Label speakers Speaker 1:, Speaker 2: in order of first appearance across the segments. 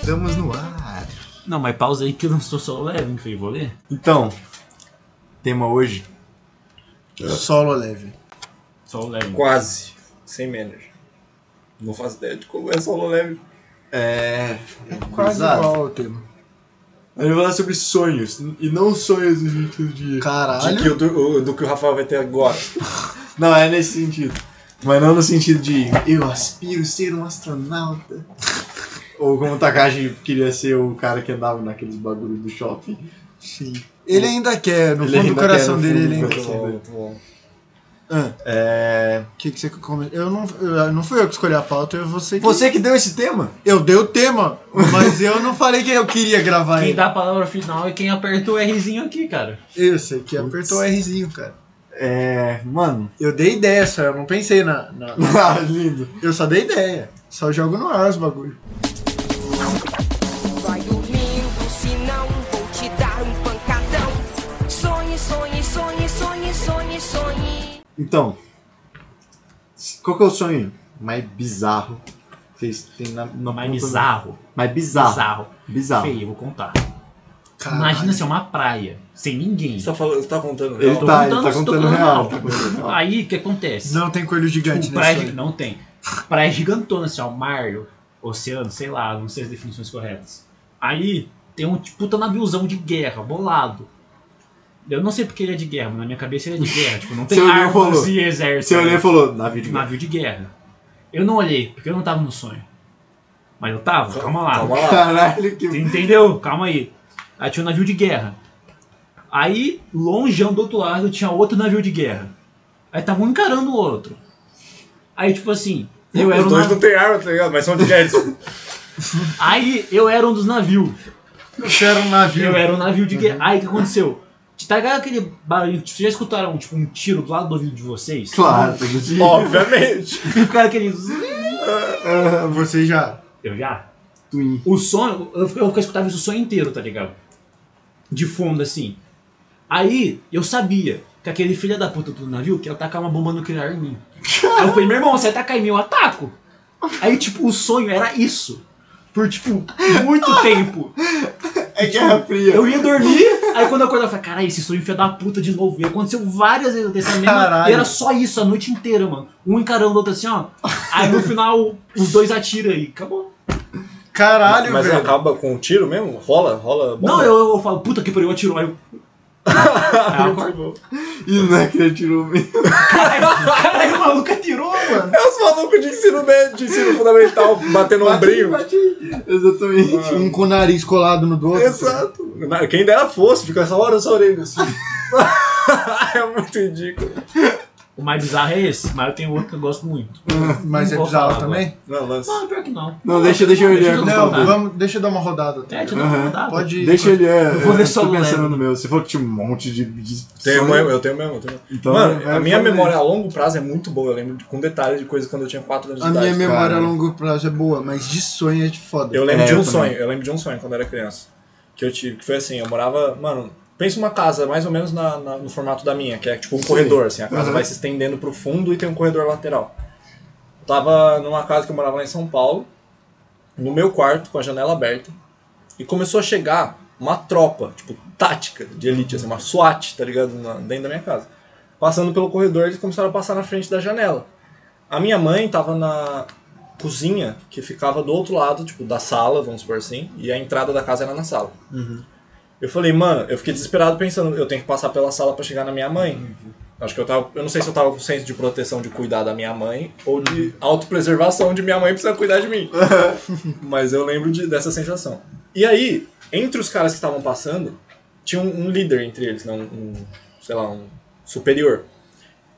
Speaker 1: Estamos no ar.
Speaker 2: Não, mas pausa aí que eu não estou só leve, que eu vou ler.
Speaker 1: Então, tema hoje. Solo leve.
Speaker 2: Só leve.
Speaker 3: Quase. Sem manager. Não faço ideia de como é solo leve.
Speaker 1: É.
Speaker 4: Quase
Speaker 1: Exato.
Speaker 4: igual ao tema.
Speaker 1: A gente vai falar sobre sonhos. E não sonhos no sentido de.
Speaker 4: Caralho.
Speaker 3: De que o do, o- do que o Rafael vai ter agora.
Speaker 1: Não, é nesse sentido. Mas não no sentido de eu aspiro ser um astronauta. Ou como o Takashi queria ser o cara que andava naqueles bagulhos do shopping.
Speaker 4: Sim. Ele ainda quer, no
Speaker 1: Ele
Speaker 4: fundo
Speaker 1: ainda
Speaker 4: do coração
Speaker 1: quer, no
Speaker 4: dele,
Speaker 1: fundo
Speaker 4: ele
Speaker 1: do
Speaker 4: ainda
Speaker 1: coração.
Speaker 4: quer. Ah,
Speaker 1: É.
Speaker 4: o que, que você come? Eu não, eu, não fui eu que escolhi a pauta, eu você. Que...
Speaker 1: Você que deu esse tema?
Speaker 4: Eu dei o tema, mas eu não falei que eu queria gravar
Speaker 2: Quem
Speaker 4: ele.
Speaker 2: dá a palavra final é quem aperta o Rzinho aqui, cara.
Speaker 4: Eu sei que apertou o Rzinho, cara.
Speaker 1: É. Mano.
Speaker 4: Eu dei ideia só, eu não pensei na. na-
Speaker 1: Ah, lindo.
Speaker 4: Eu só dei ideia. Só jogo no ar os bagulho.
Speaker 5: Vai dormindo, se não vou te dar um pancadão. Sonhe, sonhe, sonhe, sonhe, sonhe, sonhe.
Speaker 1: Então. Qual que é o sonho mais bizarro? que Vocês têm na, na
Speaker 2: Mais
Speaker 1: ponta-
Speaker 2: bizarro.
Speaker 1: Mais bizarro.
Speaker 2: Bizarro.
Speaker 1: Bizarro.
Speaker 2: Feio, eu vou contar.
Speaker 4: Caralho.
Speaker 2: Imagina ser uma praia, sem ninguém.
Speaker 3: Você tá, falando, você tá contando
Speaker 1: Ele
Speaker 3: real?
Speaker 1: tá, ele
Speaker 2: contando-
Speaker 1: tá
Speaker 2: tô
Speaker 1: contando
Speaker 2: contando
Speaker 1: real.
Speaker 2: real.
Speaker 1: tá contando real.
Speaker 2: Aí o que acontece?
Speaker 4: Não tem coelho gigante
Speaker 1: é
Speaker 2: Tipo, praia
Speaker 4: nesse
Speaker 2: gi-
Speaker 4: sonho.
Speaker 2: Não tem. Praia gigantona, assim, ó. Mar, oceano, sei lá, não sei as definições corretas. Aí tem um tipo, puta naviozão de guerra, bolado. Eu não sei porque ele é de guerra, mas na minha cabeça ele é de guerra. Tipo, não tem
Speaker 1: Você olhou e
Speaker 2: armas
Speaker 1: falou.
Speaker 2: e exército. né?
Speaker 1: Você olhou e falou, navio de
Speaker 2: Navio de guerra. Eu não olhei, porque eu não tava no sonho. Mas eu tava, calma lá.
Speaker 3: Calma lá.
Speaker 1: Caralho, que.
Speaker 2: Você entendeu? Calma aí. Aí tinha um navio de guerra. Aí, longeão do outro lado, tinha outro navio de guerra. Aí tava um encarando o outro. Aí, tipo assim, eu era
Speaker 3: Os
Speaker 2: um
Speaker 3: dois
Speaker 2: nav-
Speaker 3: não tem arma, tá ligado? Mas são de guerra.
Speaker 2: Aí eu era um dos navios.
Speaker 4: Você era um navio.
Speaker 2: Eu era um navio de
Speaker 3: Uhum.
Speaker 2: guerra. Aí o que aconteceu? Tá ligado aquele barulho? Vocês já escutaram tipo, um tiro do lado do ouvido de vocês?
Speaker 1: Claro, tem que-
Speaker 3: Obviamente.
Speaker 2: E ficaram aquele.
Speaker 4: Ah, Você já.
Speaker 2: Eu já.
Speaker 1: Twin.
Speaker 2: O sonho, eu, eu, eu escutava isso o sonho inteiro, tá ligado? De fundo, assim. Aí, eu sabia que aquele filho da puta do navio queria atacar uma bomba nuclear em mim. Aí eu falei, meu irmão, você atacar em mim, eu ataco. Aí, tipo, o sonho era isso. Por, tipo, muito tempo.
Speaker 1: É Guerra Fria.
Speaker 2: Eu ia dormir, aí quando eu acordava, eu falei, caralho, esse sonho filho da puta de novo. E aconteceu várias vezes dessa mesma.
Speaker 4: Caralho.
Speaker 2: E era só isso a noite inteira, mano. Um encarando o outro assim, ó. Aí no final, os dois atiram e acabou.
Speaker 4: Caralho,
Speaker 3: Mas
Speaker 4: velho.
Speaker 3: acaba com um tiro mesmo? Rola, rola. bomba?
Speaker 2: Não, eu, eu falo, puta que pariu, atirou. Aí eu. Aí eu acordo.
Speaker 1: E não é que ele tirou o meu.
Speaker 2: Caralho, o maluco atirou, mano.
Speaker 3: É os malucos de ensino médio, de ensino fundamental, batendo um Ah. ombrinho.
Speaker 1: Exatamente.
Speaker 4: Um com o nariz colado no do outro.
Speaker 3: Exato. Na- Quem dera fosse, fica essa hora essa orelha assim. é muito ridículo.
Speaker 2: O mais bizarro é esse, mas eu tenho outro que eu gosto muito.
Speaker 4: Mas
Speaker 2: Não
Speaker 4: é
Speaker 2: vou
Speaker 4: bizarro
Speaker 2: falar
Speaker 4: também?
Speaker 3: Não, lança.
Speaker 2: Não, pior que não.
Speaker 1: Não, deixa- deixa eu olhar Não,
Speaker 2: eu
Speaker 4: Não,
Speaker 2: contar.
Speaker 4: vamos, deixa eu dar uma rodada.
Speaker 2: É,
Speaker 4: Tá?
Speaker 2: deixa eu dar uma
Speaker 1: Aham,
Speaker 2: rodada.
Speaker 4: Pode ir.
Speaker 1: Deixa ele. É, eu
Speaker 2: vou ver só
Speaker 1: tô
Speaker 2: o
Speaker 1: pensando
Speaker 2: leve.
Speaker 1: no meu. Você falou que tinha um monte de. de sonho.
Speaker 3: Tenho uma- eu tenho mesmo, eu tenho mesmo.
Speaker 1: Então,
Speaker 3: Mano,
Speaker 1: vai
Speaker 3: a minha
Speaker 1: fazer.
Speaker 3: memória a longo prazo é muito boa. Eu lembro de- com detalhe de coisas quando eu tinha 4 anos de
Speaker 4: A
Speaker 3: idade.
Speaker 4: minha memória
Speaker 1: cara.
Speaker 4: a longo prazo é boa, mas de sonho é de foda.
Speaker 3: Eu lembro
Speaker 1: É,
Speaker 3: de um
Speaker 1: eu também.
Speaker 3: sonho, eu lembro de um sonho quando eu era criança. Que eu tive, que foi assim, eu morava, mano, pensa uma casa mais ou menos na- na- no formato da minha, que é tipo um corredor, assim, a casa
Speaker 1: Uhum.
Speaker 3: vai se estendendo pro fundo e tem um corredor lateral. Eu tava numa casa que eu morava lá em São Paulo, no meu quarto, com a janela aberta, e começou a chegar uma tropa, tipo, tática de elite, assim, uma SWAT, tá ligado? Na- dentro da minha casa. Passando pelo corredor, eles começaram a passar na frente da janela. A minha mãe tava na cozinha, que ficava do outro lado, tipo, da sala, vamos supor assim, e a entrada da casa era na sala. Eu falei, mano, eu fiquei desesperado pensando, eu tenho que passar pela sala pra chegar na minha mãe. Acho que eu tava, eu não sei se eu tava com senso de proteção de cuidar da minha mãe ou de autopreservação de minha mãe precisa cuidar de mim. Mas eu lembro de- dessa sensação. E aí, entre os caras que estavam passando, tinha um, um líder entre eles, né? um, um, sei lá, um superior.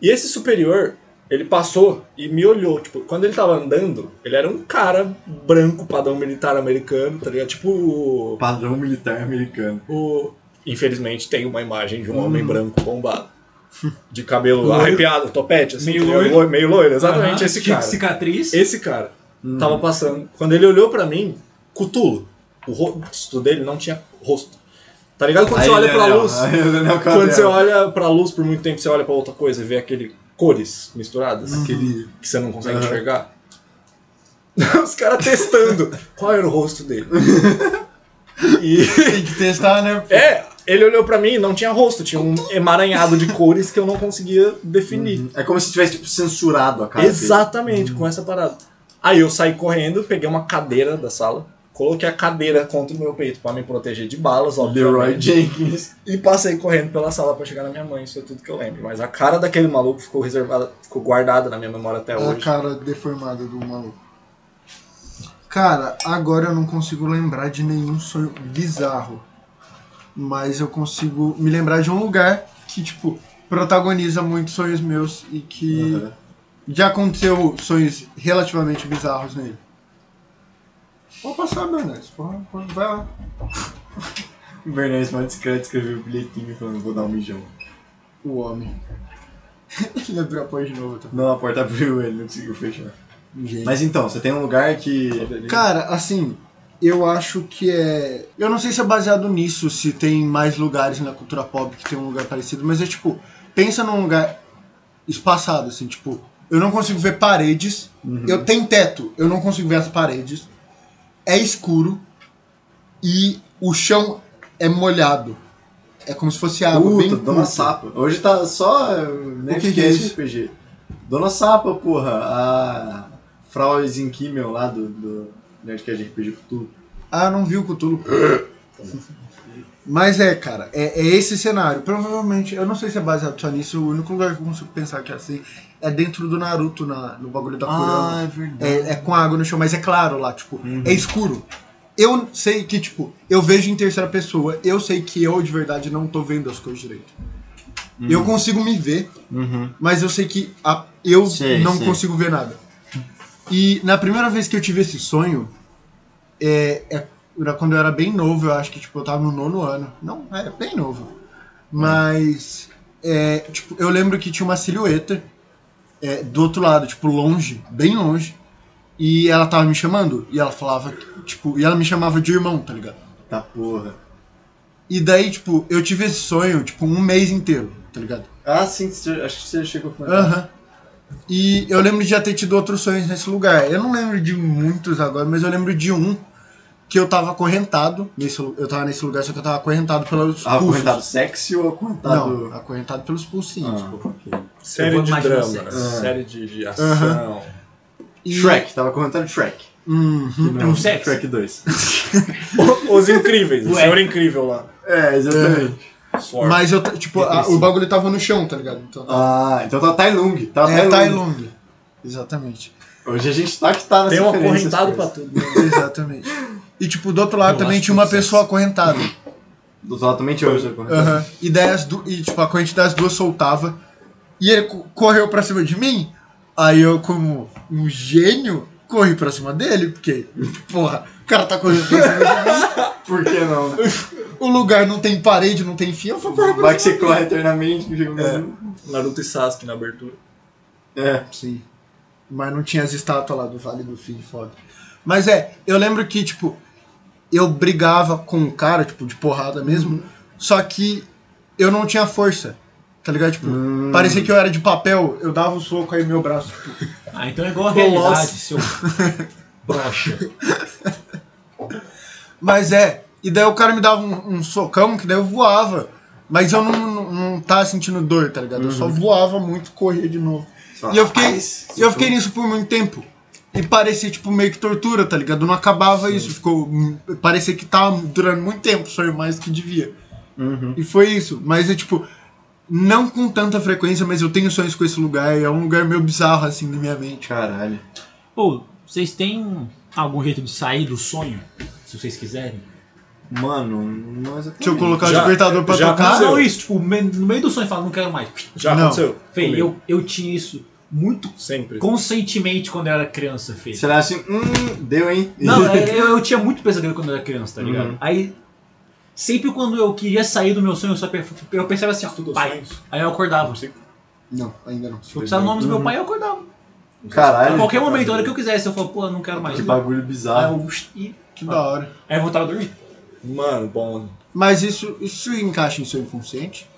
Speaker 3: E esse superior, ele passou e me olhou. Tipo, quando ele tava andando, ele era um cara branco, padrão militar americano, tá ligado? Tipo o-
Speaker 1: Padrão militar americano.
Speaker 3: o- Infelizmente tem uma imagem de um
Speaker 1: Hum.
Speaker 3: homem branco bombado. De cabelo arrepiado, topete, assim,
Speaker 2: Meio
Speaker 3: meio
Speaker 2: loiro.
Speaker 3: loiro. Meio loiro, exatamente
Speaker 2: Aham,
Speaker 3: esse
Speaker 2: tinha
Speaker 3: cara.
Speaker 2: Cicatriz.
Speaker 3: Esse cara
Speaker 1: Hum.
Speaker 3: tava passando. Quando ele olhou pra mim, cutulo. O rosto dele não tinha rosto. Tá ligado quando
Speaker 1: Aí
Speaker 3: você olha
Speaker 1: ele
Speaker 3: pra
Speaker 1: é anel,
Speaker 3: luz?
Speaker 1: aí ele é anel
Speaker 3: Quando
Speaker 1: caderno.
Speaker 3: você olha pra luz por muito tempo, você olha pra outra coisa e vê aquele cores misturadas
Speaker 1: Aquele.
Speaker 3: que você não consegue
Speaker 1: Uhum. Aham.
Speaker 3: enxergar. Os caras testando qual era o rosto dele. E
Speaker 1: Tem que testar, né?
Speaker 3: é, ele olhou pra mim e não tinha rosto, tinha um emaranhado de cores que eu não conseguia definir.
Speaker 1: É como se tivesse, tipo, censurado a cara dele.
Speaker 3: Exatamente, com essa parada. Aí eu saí correndo, peguei uma cadeira da sala, coloquei a cadeira contra o meu peito pra me proteger de balas,
Speaker 1: Leroy
Speaker 3: obviamente.
Speaker 1: Jenkins.
Speaker 3: E passei correndo pela sala pra chegar na minha mãe, isso é tudo que eu lembro. Mas a cara daquele maluco ficou reservada, ficou guardada na minha memória até
Speaker 4: A
Speaker 3: É hoje.
Speaker 4: Ah, cara deformada do maluco. Cara, agora eu não consigo lembrar de nenhum sonho bizarro. Mas eu consigo me lembrar de um lugar que, tipo, protagoniza muitos sonhos meus e que
Speaker 1: Uhum.
Speaker 4: já aconteceu sonhos relativamente bizarros nele. Vou passar, Bernays. porra, porra, Vai lá.
Speaker 1: O Bernays mais discreto escreveu o bilhetinho falando, vou dar um mijão.
Speaker 4: O homem. Ele abriu a porta de novo, tá?
Speaker 1: Não, a porta abriu, ele não conseguiu fechar.
Speaker 4: Gente.
Speaker 1: Mas então, você tem um lugar que...
Speaker 4: Cara, assim, eu acho que é. Eu não sei se é baseado nisso, se tem mais lugares na cultura pop que tem um lugar parecido, mas é tipo, pensa num lugar espaçado, assim, tipo, eu não consigo ver paredes, eu tenho teto, eu não consigo ver as paredes, é escuro e o chão é molhado. É como se fosse água.
Speaker 1: Puta,
Speaker 4: bem
Speaker 1: Dona
Speaker 4: curta.
Speaker 1: Sapa. Hoje tá só eh,
Speaker 4: que que é
Speaker 1: Nerdcast
Speaker 4: isso?
Speaker 1: RPG. Dona Sapa, porra. A Frau Zinkimmel lá do, do Nerdcast RPG Futuro.
Speaker 4: Ah, eu não vi o Cthulhu. Mas é, cara, é, é esse cenário. Provavelmente, eu não sei se é baseado só nisso, o único lugar que eu consigo pensar que é assim é dentro do Naruto, na, no bagulho da Kurama.
Speaker 1: é verdade.
Speaker 4: Ah, É, é com água no chão, mas é claro lá, tipo, é escuro. Eu sei que, tipo, eu vejo em terceira pessoa, eu sei que eu de verdade não tô vendo as coisas direito. Eu consigo me ver,
Speaker 1: É.
Speaker 4: mas eu sei que a- eu
Speaker 1: Sei,
Speaker 4: não
Speaker 1: sei.
Speaker 4: consigo ver nada. E na primeira vez que eu tive esse sonho, é, é- era quando eu era bem novo, eu acho que tipo, eu tava no nono ano. Não, era bem novo. Mas, é, tipo, eu lembro que tinha uma silhueta é, do outro lado, tipo, longe, bem longe. E ela tava me chamando, e ela falava, tipo, e ela me chamava de irmão, tá ligado?
Speaker 1: Tá porra.
Speaker 4: E daí, tipo, eu tive esse sonho, tipo, um mês inteiro, tá ligado?
Speaker 1: Ah, sim, você- acho que você chegou com
Speaker 4: Aham. E eu lembro de já ter tido outros sonhos nesse lugar. Eu não lembro de muitos agora, mas eu lembro de um que eu tava acorrentado. Nesse, lu- eu tava nesse lugar, só que eu tava acorrentado pelos
Speaker 1: Ah,
Speaker 4: pulsos.
Speaker 1: comentado sexy ou comentado...
Speaker 4: Não, Ah, acorrentado pelos pulsinhos.
Speaker 1: Ah,
Speaker 4: tipo.
Speaker 1: ok.
Speaker 2: Eu
Speaker 3: Série
Speaker 2: vou
Speaker 3: de
Speaker 2: imaginar
Speaker 3: drama, né?
Speaker 1: vocês.
Speaker 3: série de, de ação.
Speaker 4: Aham. E-
Speaker 1: Shrek, tava comentando Shrek.
Speaker 4: Uhum.
Speaker 2: É um sexo?
Speaker 1: Shrek 2.
Speaker 3: O- Os incríveis, o
Speaker 2: Ué.
Speaker 3: senhor incrível lá.
Speaker 1: é, exatamente.
Speaker 3: Sword.
Speaker 4: Mas eu, ta- tipo, a- o bagulho tava no chão, tá ligado? Então,
Speaker 1: Ah, então tá Tai Lung. Tá
Speaker 4: é
Speaker 1: Tai
Speaker 4: Tai
Speaker 1: Lung.
Speaker 4: Lung. Exatamente.
Speaker 1: Hoje a gente tá que tá nessa
Speaker 3: Tem um acorrentado pra tudo. né?
Speaker 4: Exatamente. E, tipo, do outro lado
Speaker 2: Eu
Speaker 4: também
Speaker 2: acho
Speaker 4: tinha uma
Speaker 2: que é
Speaker 4: pessoa acorrentada.
Speaker 1: Totalmente hoje. né? acorrentado.
Speaker 4: Aham. E, daí as du- e, tipo, a corrente das duas soltava. E ele co- correu pra cima de mim. Aí eu, como um gênio, corri pra cima dele, porque, porra, o cara tá correndo pra cima de mim.
Speaker 1: Por que não? né?
Speaker 4: O lugar não tem parede, não tem fio, eu vou correr
Speaker 1: Vai
Speaker 4: pra
Speaker 1: que você
Speaker 4: cima.
Speaker 1: corre eternamente.
Speaker 4: É.
Speaker 3: Naruto e Sasuke na abertura.
Speaker 1: É. é.
Speaker 4: Sim. Mas não tinha as estátuas lá do Vale do Fim, foda. Mas é, eu lembro que, tipo, eu brigava com o cara, tipo, de porrada mesmo, só que eu não tinha força. Tá ligado? Tipo, parecia que eu era de papel, eu dava um soco aí meu braço. tipo,
Speaker 2: Ah, então é igual a
Speaker 3: Colosso.
Speaker 2: realidade, seu brocha.
Speaker 4: Mas é, e daí o cara me dava um, um socão que daí eu voava. Mas eu não, não, não tava sentindo dor, tá ligado? Eu
Speaker 3: Uhum.
Speaker 4: só voava muito, corria de novo.
Speaker 1: Só,
Speaker 4: E eu fiquei,
Speaker 1: rapaz,
Speaker 4: e eu fiquei nisso por muito tempo. E parecia, tipo, meio que tortura, tá ligado? Não acabava isso. Ficou. hum, Parecia que tava durando muito tempo, sonho mais que devia.
Speaker 1: Uhum.
Speaker 4: E foi isso. Mas é tipo. Não com tanta frequência, mas eu tenho sonhos com esse lugar. e É um lugar meio bizarro, assim, na minha mente.
Speaker 1: Caralho.
Speaker 2: Pô, vocês têm um, algum jeito de sair do sonho? Se vocês quiserem.
Speaker 1: Mano, não exatamente.
Speaker 4: Deixa eu colocar
Speaker 3: Já-
Speaker 4: o despertador pra
Speaker 3: já
Speaker 4: tocar.
Speaker 2: Ah, não,
Speaker 3: Aconteceu.
Speaker 2: isso, tipo, me- no meio do sonho fala, não quero mais.
Speaker 3: Já
Speaker 4: Não.
Speaker 3: aconteceu.
Speaker 2: Fê,
Speaker 3: comigo.
Speaker 2: eu, eu tinha isso muito
Speaker 1: é.
Speaker 3: Sempre.
Speaker 2: conscientemente quando eu era criança, Fê.
Speaker 1: Será assim, hum, deu, hein?
Speaker 2: Não, é, eu, eu tinha muito pesadelo quando eu era criança, tá ligado?
Speaker 1: Uhum.
Speaker 2: Aí, sempre quando eu queria sair do meu sonho, eu, só pe- eu pensava assim, ó,
Speaker 3: Todos os
Speaker 2: pai.
Speaker 3: sonhos.
Speaker 2: Aí eu acordava. Se
Speaker 4: Não, ainda não.
Speaker 2: eu precisava do nome do
Speaker 1: Uhum.
Speaker 2: meu pai, eu acordava. A
Speaker 1: Caralho.
Speaker 2: qualquer momento, É
Speaker 1: é.
Speaker 2: um- a hora que eu quisesse, eu falava, pô, eu não quero mais.
Speaker 1: Que bagulho
Speaker 2: Aí
Speaker 1: bizarro.
Speaker 2: eu, e-
Speaker 4: Que da hora.
Speaker 2: aí eu voltava a dormir.
Speaker 3: Mano, bom.
Speaker 4: Mas isso, isso encaixa em seu inconsciente?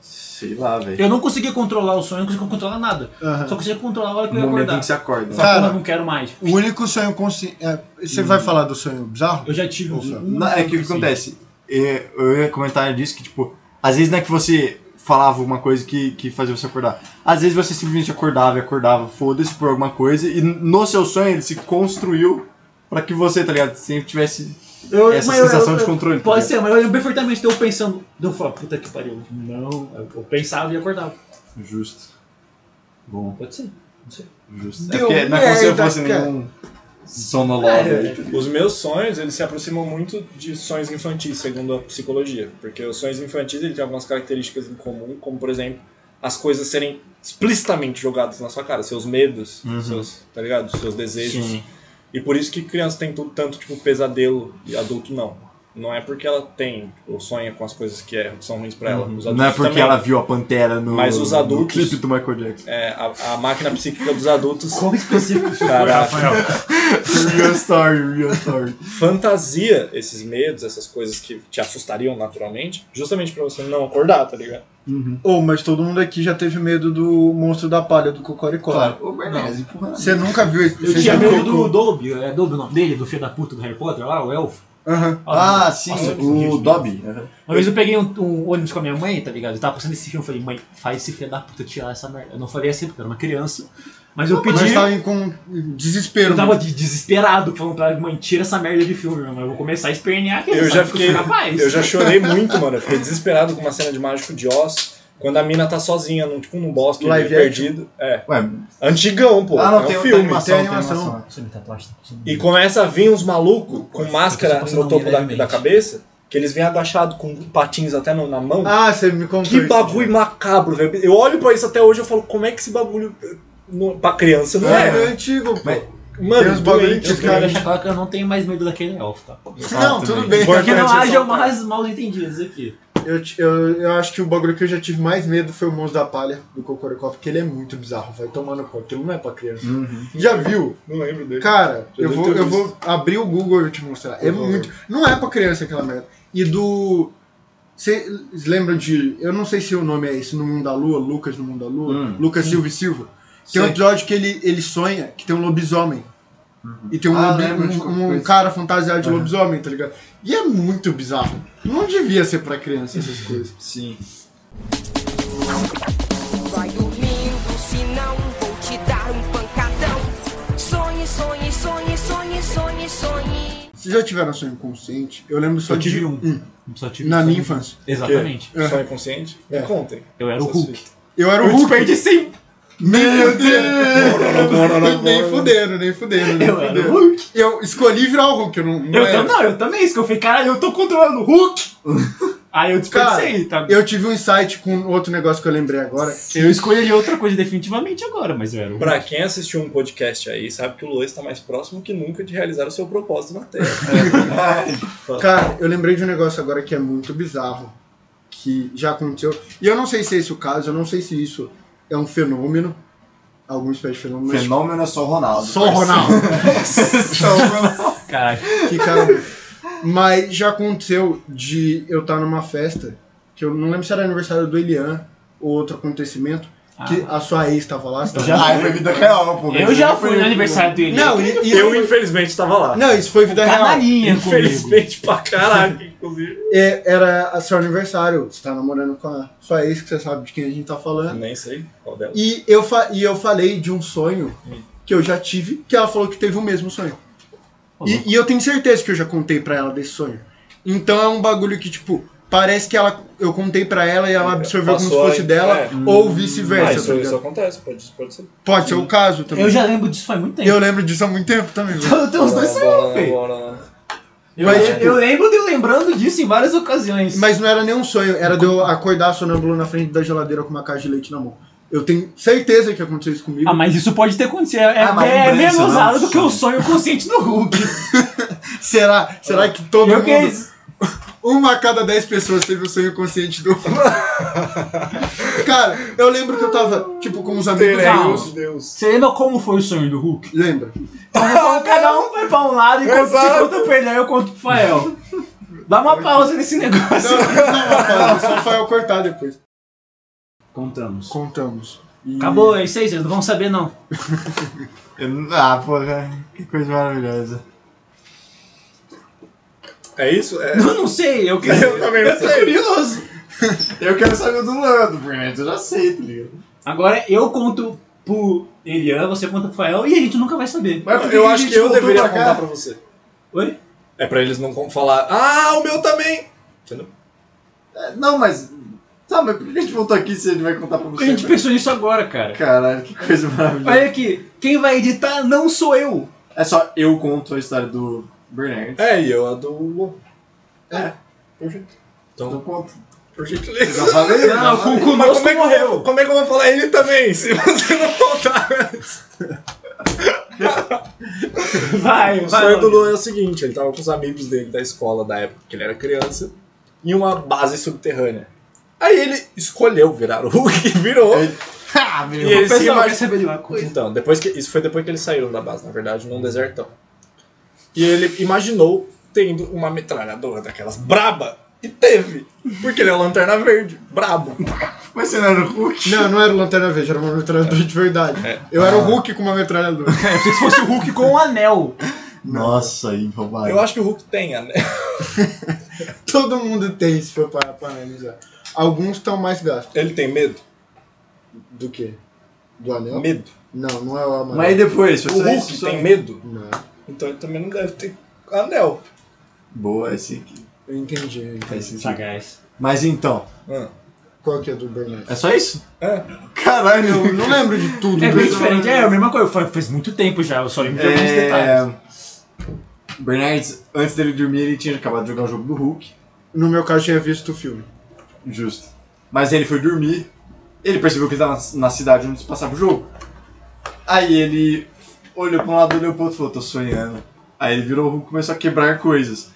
Speaker 1: Sei lá, velho.
Speaker 2: Eu não conseguia controlar o sonho, eu não conseguia controlar nada.
Speaker 4: Aham.
Speaker 2: Só conseguia controlar a hora que
Speaker 1: No
Speaker 2: eu ia
Speaker 1: Uhum. Um momento em
Speaker 2: acordar.
Speaker 1: que você acorda.
Speaker 2: Essa
Speaker 4: Cara-
Speaker 2: porra eu não quero mais.
Speaker 4: O único sonho consciente. você
Speaker 2: Uhum.
Speaker 4: vai falar do sonho bizarro?
Speaker 2: Eu já tive um
Speaker 4: Nossa.
Speaker 2: sonho.
Speaker 1: Não, é que o que acontece? é, Eu ia comentar disso que, tipo, às vezes não é que você falava uma coisa que, que fazia você acordar. Às vezes você simplesmente acordava e acordava, foda-se por alguma coisa, e no seu sonho ele se construiu pra que você, tá ligado? Sempre tivesse
Speaker 2: Eu-
Speaker 1: essa
Speaker 2: mas eu-
Speaker 1: sensação
Speaker 2: eu-
Speaker 1: de controle. tá
Speaker 2: Pode
Speaker 1: ligado?
Speaker 2: ser, mas eu lembro perfeitamente de eu pensando. Eu falo, puta que pariu. Não, eu eu pensava e acordava.
Speaker 1: Justo. Bom,
Speaker 2: Pode ser. Não sei.
Speaker 1: justo.
Speaker 4: Deu
Speaker 1: é porque não é como se eu
Speaker 4: merda,
Speaker 1: fosse
Speaker 4: cara.
Speaker 1: nenhum sonológico.
Speaker 2: É.
Speaker 3: Os meus sonhos, eles se aproximam muito de sonhos infantis, segundo a psicologia. Porque os sonhos infantis, eles têm algumas características em comum, como, por exemplo, as coisas serem explicitamente jogadas na sua cara. Seus medos,
Speaker 1: Uhum.
Speaker 3: seus, tá ligado? Seus desejos.
Speaker 1: Sim.
Speaker 3: E por isso que criança tem tudo, tanto, tipo, pesadelo e adulto não. Não é porque ela tem ou sonha com as coisas que é- são ruins pra ela. Os
Speaker 1: Não é
Speaker 3: adultos
Speaker 1: porque
Speaker 3: também.
Speaker 1: ela viu a Pantera no,
Speaker 3: Mas os
Speaker 1: no
Speaker 3: adultos-
Speaker 1: clipe do Michael Jackson.
Speaker 3: É, a, a máquina psíquica dos adultos,
Speaker 2: Como específico isso foi?
Speaker 3: Caraca.
Speaker 1: real story, real story.
Speaker 3: fantasia esses medos, essas coisas que te assustariam naturalmente, justamente pra você não acordar, tá ligado?
Speaker 4: Ou, mas todo mundo aqui já teve medo do monstro da palha do Cocoricó.
Speaker 1: Claro. Ô, Bernese, porra.
Speaker 4: Você nunca viu esse
Speaker 2: Eu tinha medo do Dolby, é Dolby o nome dele, do filho da puta do Harry Potter lá, o elfo.
Speaker 4: Aham.
Speaker 1: Ah, sim,
Speaker 2: Nossa,
Speaker 1: o
Speaker 2: que-
Speaker 1: Dobby.
Speaker 2: Uma vez eu peguei um, um ônibus com a minha mãe, tá ligado? Eu tava passando esse filme, eu falei, mãe, faz esse filho da puta tirar essa merda. Eu não falei assim porque eu era uma criança, mas eu pedi.
Speaker 4: Mas tava em- com desespero.
Speaker 2: Eu tava de- desesperado, falando pra ela, mãe, tira essa merda de filme, mano. Eu vou começar a espernear aqui.
Speaker 3: Eu já
Speaker 2: sabe?
Speaker 3: fiquei.
Speaker 2: Rapaz,
Speaker 3: Eu já chorei muito, mano. Eu fiquei desesperado com uma cena de Mágico de Oz. Quando a mina tá sozinha, num, tipo, num bosque meio
Speaker 4: Live action.
Speaker 3: perdido. É.
Speaker 1: Ué,
Speaker 3: Antigão, pô.
Speaker 1: ah, não,
Speaker 3: é um
Speaker 1: tem, tem
Speaker 3: filme.
Speaker 1: animação,
Speaker 4: tem
Speaker 1: tem
Speaker 4: animação.
Speaker 1: animação.
Speaker 2: Você me tá plástico.
Speaker 3: E começa a vir uns malucos com
Speaker 2: Eu
Speaker 3: máscara
Speaker 2: tô
Speaker 3: no topo
Speaker 2: passando
Speaker 3: da,
Speaker 2: levemente.
Speaker 3: da cabeça, que eles vêm agachados com patins até no- na mão.
Speaker 4: Ah, você me contou.
Speaker 3: que
Speaker 4: isso.
Speaker 3: bagulho macabro, velho. Eu olho pra isso até hoje e falo, como é que esse bagulho eh, não- pra criança não
Speaker 4: É, é
Speaker 3: é?
Speaker 4: antigo, pô.
Speaker 1: Mas-
Speaker 4: Tem
Speaker 3: Mano,
Speaker 4: uns bagulho
Speaker 3: doente,
Speaker 4: que-
Speaker 2: Eu quero
Speaker 3: cara.
Speaker 2: deixar claro que eu não tenho mais medo daquele elfo, tá?
Speaker 4: Não, tudo bem.
Speaker 3: Importante
Speaker 2: Porque não
Speaker 3: ressaltar.
Speaker 2: haja um- mais mal entendidos aqui.
Speaker 4: Eu, ti- eu, eu acho que o bagulho que eu já tive mais medo foi o monstro da palha do Cocoricó, porque ele é muito bizarro, vai tomando cu. Aquilo não é pra criança.
Speaker 1: Uhum.
Speaker 2: Uhum.
Speaker 4: Já viu?
Speaker 3: Não lembro dele.
Speaker 4: Cara,
Speaker 3: Eu
Speaker 4: eu
Speaker 3: devo
Speaker 4: vou,
Speaker 3: ter
Speaker 4: eu
Speaker 3: visto.
Speaker 4: vou abrir o Google e eu te mostrar. É
Speaker 3: Por favor.
Speaker 4: muito. Não é pra criança aquela merda. E do. Vocês lembram de. Eu não sei se o nome é esse, No Mundo da Lua, Lucas no Mundo da Lua,
Speaker 1: Hum.
Speaker 4: Lucas Silva e Silva. Tem um
Speaker 1: Sei.
Speaker 4: episódio que ele, ele sonha que tem um lobisomem. E tem um,
Speaker 1: Ah,
Speaker 4: lobi-
Speaker 1: lembro de
Speaker 4: um-
Speaker 1: qualquer
Speaker 4: um
Speaker 1: coisa.
Speaker 4: cara fantasiado de lobisomem, tá ligado? E é muito bizarro. Não devia ser pra criança essas coisas.
Speaker 1: Sim.
Speaker 5: Vai dormindo, se não vou te dar um pancadão. Sonhe, sonhe, sonhe, sonhe, sonhe, sonhe.
Speaker 4: Vocês já tiveram sonho consciente? Eu lembro só
Speaker 2: Só tive
Speaker 4: de
Speaker 2: um. Só tive
Speaker 4: Na
Speaker 2: só
Speaker 4: minha
Speaker 2: um.
Speaker 4: infância.
Speaker 2: Exatamente.
Speaker 3: Sonho consciente? Me
Speaker 4: É.
Speaker 3: contem.
Speaker 2: Eu era o
Speaker 3: Essas
Speaker 2: Hulk.
Speaker 4: Eu era o
Speaker 2: Eu
Speaker 4: Hulk.
Speaker 2: perdi sem.
Speaker 4: Meu Deus! nem fudendo, nem fudendo, nem
Speaker 2: Eu era o
Speaker 4: fudendo.
Speaker 2: Hulk.
Speaker 4: Eu escolhi virar o Hulk, eu não, não
Speaker 2: Eu
Speaker 4: era.
Speaker 2: tam- não, eu também, isso que eu falei, caralho, eu tô controlando o Hulk. Aí eu desperdicei, tá?
Speaker 4: Eu tive um insight com outro negócio que eu lembrei agora.
Speaker 2: Eu escolheria outra coisa definitivamente agora, mas eu era o Hulk.
Speaker 3: Pra quem assistiu um podcast aí, sabe que o Luan está mais próximo que nunca de realizar o seu propósito na Terra.
Speaker 4: Cara, eu lembrei de um negócio agora que é muito bizarro, que já aconteceu. E eu não sei se esse é o caso, eu não sei se isso é um fenômeno, alguma espécie de fenômeno, mas
Speaker 1: Fenômeno é só o Ronaldo.
Speaker 4: só o Ronaldo. Só o Ronaldo.
Speaker 2: Caralho.
Speaker 4: Que cara. Mas já aconteceu de eu estar numa festa, que eu não lembro se era aniversário do Elian ou outro acontecimento, que a sua ex estava lá. você tava
Speaker 2: Ah. já-
Speaker 4: lá.
Speaker 1: Ah, foi vida real, pô.
Speaker 2: Eu já fui no aniversário dele.
Speaker 4: Não, e, e-
Speaker 3: Eu, infelizmente, tava lá.
Speaker 4: não, isso foi vida real.
Speaker 2: É Canarinha comigo.
Speaker 3: Infelizmente pra caralho, inclusive.
Speaker 4: É, era a seu aniversário, você tá namorando com a sua ex, que você sabe de quem a gente tá falando.
Speaker 3: Nem sei qual dela.
Speaker 4: E eu, fa- e eu falei de um sonho que eu já tive, que ela falou que teve o mesmo sonho. E, e eu tenho certeza que eu já contei pra ela desse sonho. Então é um bagulho que, tipo, parece que ela, eu contei pra ela e ela absorveu
Speaker 3: Passou
Speaker 4: como se fosse
Speaker 3: a-
Speaker 4: dela,
Speaker 3: é.
Speaker 4: ou
Speaker 3: Ah,
Speaker 4: vice-versa,
Speaker 3: isso,
Speaker 4: tá
Speaker 3: isso
Speaker 4: ligado?
Speaker 3: acontece, pode, pode ser.
Speaker 4: Pode ser o caso também.
Speaker 2: Eu já lembro disso faz muito tempo.
Speaker 4: Eu lembro disso há muito tempo também, velho.
Speaker 2: Eu tenho uns dois anos,
Speaker 3: Bora,
Speaker 2: velho.
Speaker 3: bora, bora.
Speaker 2: Eu,
Speaker 4: Mas, tipo-
Speaker 2: eu lembro de eu lembrando disso em várias ocasiões.
Speaker 4: Mas não era nenhum sonho, era de eu acordar sonâmbulo na frente da geladeira com uma caixa de leite na mão. Eu tenho certeza que aconteceu isso comigo.
Speaker 2: Ah, mas isso pode ter acontecido. É,
Speaker 1: Ah, mas
Speaker 2: é
Speaker 1: lembrança,
Speaker 2: menos
Speaker 1: não,
Speaker 2: usado do
Speaker 1: sonho.
Speaker 2: que o sonho consciente do Hulk.
Speaker 4: Será? Será que todo
Speaker 2: Eu é
Speaker 4: mundo.
Speaker 2: quis.
Speaker 4: Uma a cada dez pessoas teve o sonho consciente do. Cara, eu lembro que eu tava, tipo, com uns amigos
Speaker 2: Calma.
Speaker 4: meus.
Speaker 3: Deus.
Speaker 2: Você lembra como foi o sonho do Hulk?
Speaker 4: Lembra?
Speaker 2: Então, cada um foi pra um lado e quando você conta pro Elé, eu conto pro Fael. Dá uma pausa nesse negócio.
Speaker 4: Não, só foi eu cortar depois.
Speaker 2: Contamos.
Speaker 4: Contamos. E-
Speaker 2: Acabou, é isso aí, vocês não vão saber não.
Speaker 1: Eu- Ah, porra, que coisa maravilhosa.
Speaker 3: É isso? É.
Speaker 2: Eu não sei, eu queria.
Speaker 3: Eu também não sei.
Speaker 1: Curioso! Eu quero saber do Lando, porque eu já sei, tá ligado?
Speaker 2: Agora eu conto pro Elian, você conta pro Fael e a gente nunca vai saber.
Speaker 1: Mas por
Speaker 3: Eu
Speaker 1: a
Speaker 3: acho
Speaker 1: é gente
Speaker 3: que eu
Speaker 1: voltou
Speaker 3: deveria
Speaker 1: pra cá?
Speaker 3: contar pra você.
Speaker 2: Oi?
Speaker 3: É pra eles não com- falar, ah, o meu também! Entendeu?
Speaker 1: É, Não, mas. Tá, mas por que a gente voltou aqui se a gente vai contar pra
Speaker 2: A
Speaker 1: você?
Speaker 2: gente pensou nisso agora, cara.
Speaker 1: Caralho, que coisa maravilhosa.
Speaker 2: Olha aqui, quem vai editar não sou eu.
Speaker 1: É só eu conto a história do Bernard.
Speaker 3: É, e eu a do.
Speaker 1: É.
Speaker 3: Perfeito.
Speaker 1: Eu
Speaker 3: Então,
Speaker 1: conto.
Speaker 3: por
Speaker 1: Já
Speaker 3: gentileza.
Speaker 1: falei? já falei.
Speaker 2: Não, o
Speaker 3: Mas como
Speaker 2: conosco
Speaker 3: é, que eu vou,
Speaker 2: morreu.
Speaker 3: como é que eu vou falar ele também, se você não contar?
Speaker 2: Vai,
Speaker 3: O
Speaker 2: vai.
Speaker 3: sonho do Luan é o seguinte, ele tava com os amigos dele da escola da época que ele era criança, em uma base subterrânea. Aí ele escolheu virar o Hulk e virou.
Speaker 1: Ah, meu.
Speaker 3: E ele se
Speaker 2: Pessoal,
Speaker 3: imagina-
Speaker 2: quer saber de uma coisa?
Speaker 3: Então, depois que, isso foi depois que eles saíram da base, na verdade, num desertão. E ele imaginou tendo uma metralhadora daquelas braba. E teve. Porque ele é o Lanterna Verde. Brabo.
Speaker 1: Mas você não era o Hulk?
Speaker 4: Não, não era o Lanterna Verde, era uma metralhadora de verdade. Eu era o Hulk com uma metralhadora.
Speaker 2: É, se fosse o Hulk com um anel.
Speaker 1: Nossa, aí, roubaram.
Speaker 3: Eu acho que o Hulk tem, né?
Speaker 4: Todo mundo tem, se for para pra analisar. Alguns estão mais gastos.
Speaker 3: Ele tem medo.
Speaker 4: Do que? Do anel?
Speaker 3: Medo.
Speaker 4: Não, não é o amarelo.
Speaker 1: Mas e depois?
Speaker 3: O Hulk tem medo.
Speaker 4: Não.
Speaker 3: Então ele também não deve ter anel.
Speaker 1: Boa, esse aqui.
Speaker 4: Eu entendi, eu entendi.
Speaker 1: Faz sentido.
Speaker 2: Sagaz.
Speaker 1: Mas então,
Speaker 3: Ah.
Speaker 4: Qual que é do Bernardo?
Speaker 1: é só isso?
Speaker 3: É.
Speaker 1: Caralho,
Speaker 4: Eu não lembro de tudo.
Speaker 2: É bem
Speaker 4: do-
Speaker 2: diferente, é a mesma coisa. Faz, faz muito tempo já, eu só lembro de alguns detalhes.
Speaker 1: É... Bernardes, antes dele dormir, ele tinha acabado de jogar o jogo do Hulk.
Speaker 4: No meu caso, eu tinha visto o filme.
Speaker 1: Justo. Mas ele foi dormir. Ele percebeu que ele tava na cidade onde se passava o jogo. Aí ele olhou pra um lado, olhou pro outro e falou, tô sonhando. Aí ele virou o Hulk e começou a quebrar coisas.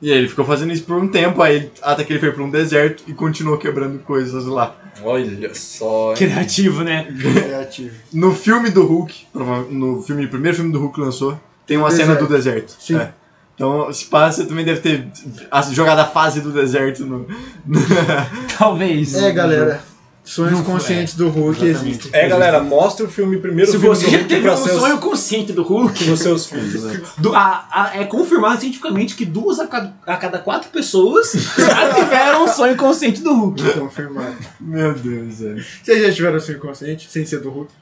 Speaker 1: E aí ele ficou fazendo isso por um tempo, aí ele- até que ele foi pra um deserto e continuou quebrando coisas lá.
Speaker 3: Olha só. hein?
Speaker 2: Criativo, né?
Speaker 4: Criativo.
Speaker 1: No filme do Hulk, prova- no filme, primeiro filme do Hulk que lançou, tem uma cena do deserto.
Speaker 4: Sim.
Speaker 1: É. Então, se passa, você também deve ter a- jogado a fase do deserto no.
Speaker 2: Talvez.
Speaker 4: É, galera. Sonhos conscientes do Hulk existem.
Speaker 3: É, galera, mostra o filme primeiro
Speaker 2: Se
Speaker 3: filme do
Speaker 2: você
Speaker 3: Hulk
Speaker 2: teve
Speaker 3: pra
Speaker 2: um
Speaker 3: seus,
Speaker 2: sonho consciente do Hulk,
Speaker 3: pros seus filhos. né?
Speaker 2: do- a- a- é confirmado cientificamente que duas a cada, a cada quatro pessoas já tiveram um sonho consciente do Hulk.
Speaker 4: Confirmado.
Speaker 1: Meu Deus, é. velho.
Speaker 4: Vocês já tiveram sonho consciente sem ser do Hulk?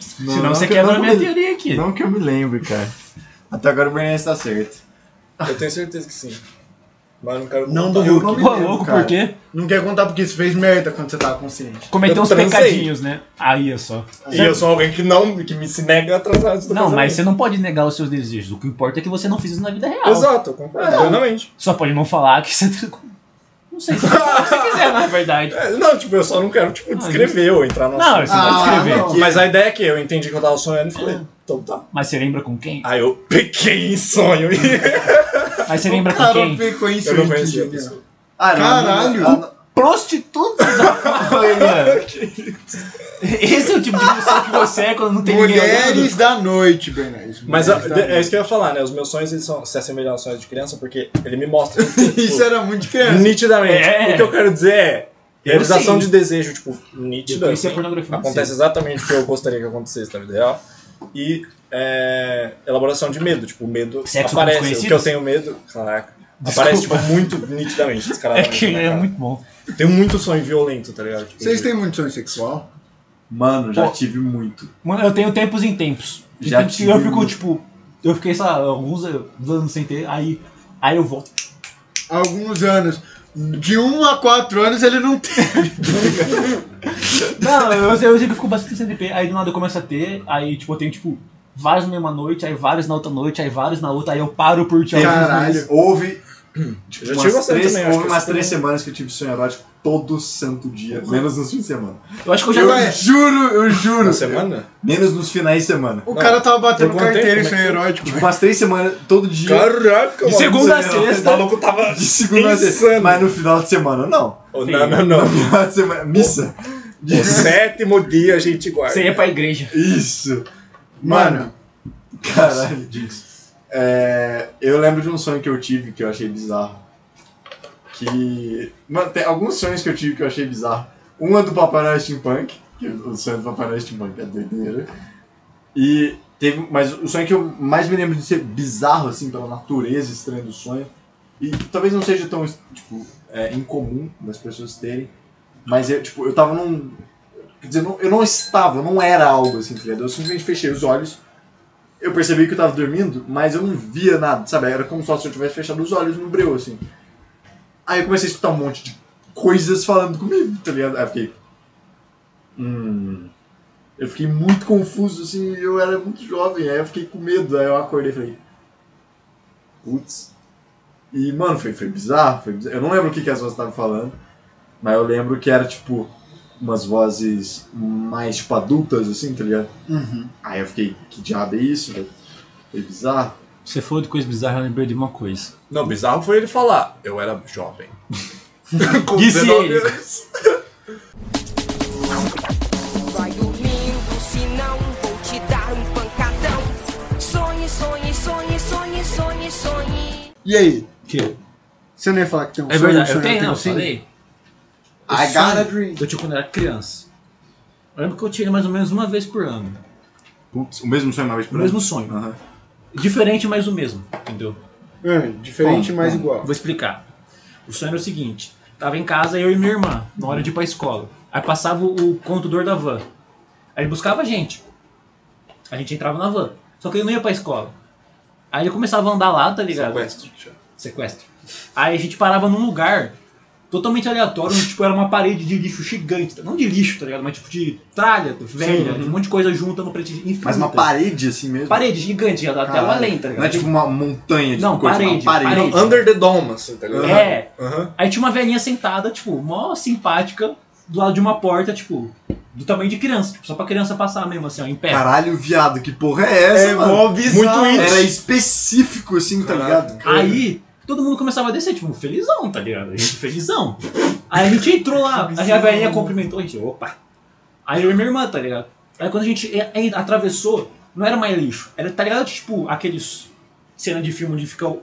Speaker 2: Senão você
Speaker 1: que-
Speaker 2: quebra a minha
Speaker 1: me-
Speaker 2: teoria aqui.
Speaker 1: Não que eu me lembre, cara. Até agora o Bernardes tá certo.
Speaker 3: Eu tenho certeza que sim. Mas eu não quero
Speaker 4: Não
Speaker 3: contar.
Speaker 4: do Hulk.
Speaker 2: Pô, louco,
Speaker 1: cara.
Speaker 2: por quê?
Speaker 4: Não quer contar porque isso fez merda quando você tava consciente.
Speaker 2: Cometeu
Speaker 3: Eu
Speaker 2: uns
Speaker 3: transei.
Speaker 2: pecadinhos, né? Aí é só.
Speaker 3: E eu sou alguém que não, que me se nega a transar antes do
Speaker 2: Não, mas
Speaker 3: casamento.
Speaker 2: você não pode negar os seus desejos. O que importa é que você não fez isso na vida real.
Speaker 3: Exato, eu concordo plenamente.
Speaker 2: Só pode não falar que você. Não sei, você pode falar o que você quiser, na verdade.
Speaker 3: É, Não, tipo, eu só não quero, tipo, descrever ou entrar no
Speaker 2: Ah, Não,
Speaker 3: assunto.
Speaker 2: você pode escrever.
Speaker 4: Ah, não.
Speaker 3: Mas a ideia é que eu entendi que eu tava sonhando e
Speaker 2: Ah.
Speaker 3: falei, então tá.
Speaker 2: Mas você lembra com quem?
Speaker 3: Aí eu pequei em sonho. e
Speaker 2: Mas você lembra com
Speaker 4: Cara,
Speaker 2: quem?
Speaker 4: ficou em
Speaker 3: eu
Speaker 4: suíte,
Speaker 3: não conhecia a
Speaker 4: né?
Speaker 3: pessoa.
Speaker 1: Ah,
Speaker 4: Caralho!
Speaker 1: não, não,
Speaker 2: Prostituta! Olha. Esse é o tipo de pessoa que você é quando não tem ninguém olhando.
Speaker 4: Mulheres da noite, Bernardes.
Speaker 3: Mas a-
Speaker 4: Mulheres da
Speaker 3: é
Speaker 4: noite.
Speaker 3: isso que eu ia falar, né? Os meus sonhos eles são, se assemelham aos sonhos de criança porque ele me mostra. tipo,
Speaker 4: Isso era muito de criança.
Speaker 3: Nitidamente.
Speaker 2: É.
Speaker 3: O que eu quero dizer é.
Speaker 2: Eu
Speaker 3: Realização
Speaker 2: sei.
Speaker 3: de desejo, tipo,
Speaker 2: Eu
Speaker 3: nítida.
Speaker 2: conheci a
Speaker 3: assim.
Speaker 2: pornografia. não
Speaker 3: Acontece
Speaker 2: sei.
Speaker 3: exatamente o que eu gostaria que acontecesse na vida real. E é, elaboração de medo. Tipo, o medo
Speaker 2: Sexo com
Speaker 3: aparece. O
Speaker 2: desconhecidos?
Speaker 3: que eu tenho medo. Caraca.
Speaker 2: Desculpa.
Speaker 3: Aparece, tipo, muito nitidamente.
Speaker 2: É
Speaker 3: Descaradamente.
Speaker 2: que
Speaker 3: né,
Speaker 2: é
Speaker 3: cara?
Speaker 2: muito bom.
Speaker 3: Tem muito sonho violento, tá ligado? Tipo,
Speaker 4: Vocês
Speaker 3: de-
Speaker 4: têm muito sonho sexual?
Speaker 1: Mano, já
Speaker 2: Pô.
Speaker 1: tive muito.
Speaker 2: Mano, eu tenho tempos em tempos.
Speaker 1: Já
Speaker 2: Já eu
Speaker 1: tive
Speaker 2: fico,
Speaker 1: muito.
Speaker 2: tipo. Eu fiquei, sei lá, alguns anos sem ter, aí. Aí eu volto.
Speaker 4: Alguns anos. De 1 a 4 anos ele não tem.
Speaker 2: Não, eu, eu, eu sei que eu fico bastante sem DP, aí do nada eu começo a ter, aí tipo, eu tenho tipo vários na mesma noite, aí vários na outra noite, aí vários na outra, aí eu paro por te
Speaker 4: Caralho.
Speaker 1: Houve.
Speaker 3: Eu
Speaker 1: Tipo,
Speaker 3: já tive
Speaker 1: umas
Speaker 3: bastante
Speaker 1: três,
Speaker 3: também. acho
Speaker 1: houve
Speaker 3: que
Speaker 1: umas
Speaker 3: eu-
Speaker 1: três semanas que eu tive sonho erótico todo santo dia, menos nos fins de semana.
Speaker 2: Eu acho que eu já.
Speaker 1: Eu é- juro, eu juro.
Speaker 3: Na semana?
Speaker 1: Menos nos finais de semana.
Speaker 4: O cara tava batendo
Speaker 3: Por quanto tempo?
Speaker 4: carteira e
Speaker 3: Como é
Speaker 4: sonho
Speaker 3: que foi?
Speaker 4: erótico. né?
Speaker 1: Tipo, umas três semanas, todo dia.
Speaker 3: Caraca,
Speaker 2: De
Speaker 3: mano.
Speaker 2: segunda a
Speaker 3: O
Speaker 2: sexta.
Speaker 3: maluco tava
Speaker 1: De segunda a sexta.
Speaker 3: insano.
Speaker 1: Mas no final de semana, não.
Speaker 3: Oh, Não, não, não.
Speaker 1: No final de semana, missa.
Speaker 3: No sétimo dia a gente guarda.
Speaker 2: Você ia pra igreja.
Speaker 1: Isso.
Speaker 4: Mano,
Speaker 1: Caralho. É, eu lembro de um sonho que eu tive que eu achei bizarro. Que. Mano, tem alguns sonhos que eu tive que eu achei bizarro. Um é do Papai Noel Steampunk, que o sonho do Papai Noel Steampunk é doideira. E teve. Mas o sonho que eu mais me lembro de ser bizarro, assim, pela natureza estranha do sonho. E talvez não seja tão, tipo, é, incomum das pessoas terem. Mas eu, tipo, eu tava num. Quer dizer, eu não- eu não estava, eu não era algo assim, tá ligado? Eu simplesmente fechei os olhos eu percebi que eu tava dormindo, mas eu não via nada, sabe? Era como só se eu tivesse fechado os olhos no breu, assim. Aí eu comecei a escutar um monte de coisas falando comigo, tá ligado? Aí eu fiquei. Hum. Eu fiquei muito confuso, assim, eu era muito jovem, aí eu fiquei com medo, aí eu acordei e falei. Putz. E, mano, foi, foi bizarro, foi bizarro. Eu não lembro o que, que as vozes estavam falando, mas eu lembro que era, tipo, umas vozes mais, tipo, adultas, assim, tá ligado?
Speaker 2: Uhum.
Speaker 1: Aí eu fiquei, que diabo é isso? velho? Foi bizarro.
Speaker 6: Você falou de coisa bizarra, eu lembrei de uma coisa.
Speaker 3: Não, bizarro foi ele falar, eu era jovem. Com
Speaker 6: Disse
Speaker 3: 19
Speaker 6: ele.
Speaker 3: anos.
Speaker 5: Vai dormindo, se não vou te dar um pancadão. Sonhe, sonhe, sonhe, sonhe, sonhe, sonhe.
Speaker 4: E aí?
Speaker 6: Que?
Speaker 4: Você não ia falar que tem um
Speaker 2: É
Speaker 4: sonho?
Speaker 2: verdade,
Speaker 4: um
Speaker 2: eu
Speaker 4: sonho
Speaker 2: tenho,
Speaker 4: tem
Speaker 2: não,
Speaker 4: um sim?
Speaker 2: falei.
Speaker 1: I
Speaker 2: O
Speaker 1: got
Speaker 2: sonho
Speaker 1: a dream.
Speaker 2: Eu tinha quando eu era criança. Eu lembro que eu tinha mais ou menos uma vez por ano.
Speaker 1: Putz, o mesmo sonho uma vez
Speaker 2: O
Speaker 1: por ano?
Speaker 2: mesmo sonho.
Speaker 1: Aham.
Speaker 2: Diferente, mas o mesmo, entendeu?
Speaker 4: É, diferente,
Speaker 1: Como?
Speaker 4: mas
Speaker 1: Como?
Speaker 4: igual.
Speaker 2: Vou explicar. O sonho era o seguinte: tava em casa eu e minha irmã, na hora de ir pra escola. Aí passava o contador da van. Aí ele buscava a gente. A gente entrava na van. Só que ele não ia pra escola. Aí ele começava a andar lá, tá ligado?
Speaker 3: Sequestro.
Speaker 2: Sequestro. Aí a gente parava num lugar totalmente aleatório, onde, tipo, era uma parede de lixo gigante. tá? Não de lixo, tá ligado? Mas tipo de tralha, velha, de um monte de coisa junta no preto infinita.
Speaker 1: Mas uma parede assim mesmo?
Speaker 2: Parede gigante, já dá até
Speaker 1: Caralho.
Speaker 2: uma lenta, tá
Speaker 1: Não é tipo uma montanha de
Speaker 2: Não,
Speaker 1: coisa,
Speaker 2: parede,
Speaker 1: uma parede.
Speaker 2: parede.
Speaker 3: Under the Dome, assim, tá ligado?
Speaker 2: É,
Speaker 3: Aham.
Speaker 2: Aí tinha uma velhinha sentada, tipo, mó simpática, do lado de uma porta, tipo, do tamanho de criança, tipo, só pra criança passar mesmo, assim, ó, em pé.
Speaker 1: Caralho, viado, que porra é essa,
Speaker 3: É
Speaker 1: mano?
Speaker 3: mó bizarro.
Speaker 1: Muito Era específico assim, tá
Speaker 3: Caralho.
Speaker 1: ligado?
Speaker 2: Aí todo mundo começava a descer, tipo, felizão, tá ligado? A gente felizão. Aí a gente entrou lá, aí a velhinha cumprimentou, a gente, opa. Aí eu e minha irmã, tá ligado? Aí quando a gente e- e- atravessou, não era mais lixo, era, tá ligado? Tipo, aqueles cena de filme onde fica o-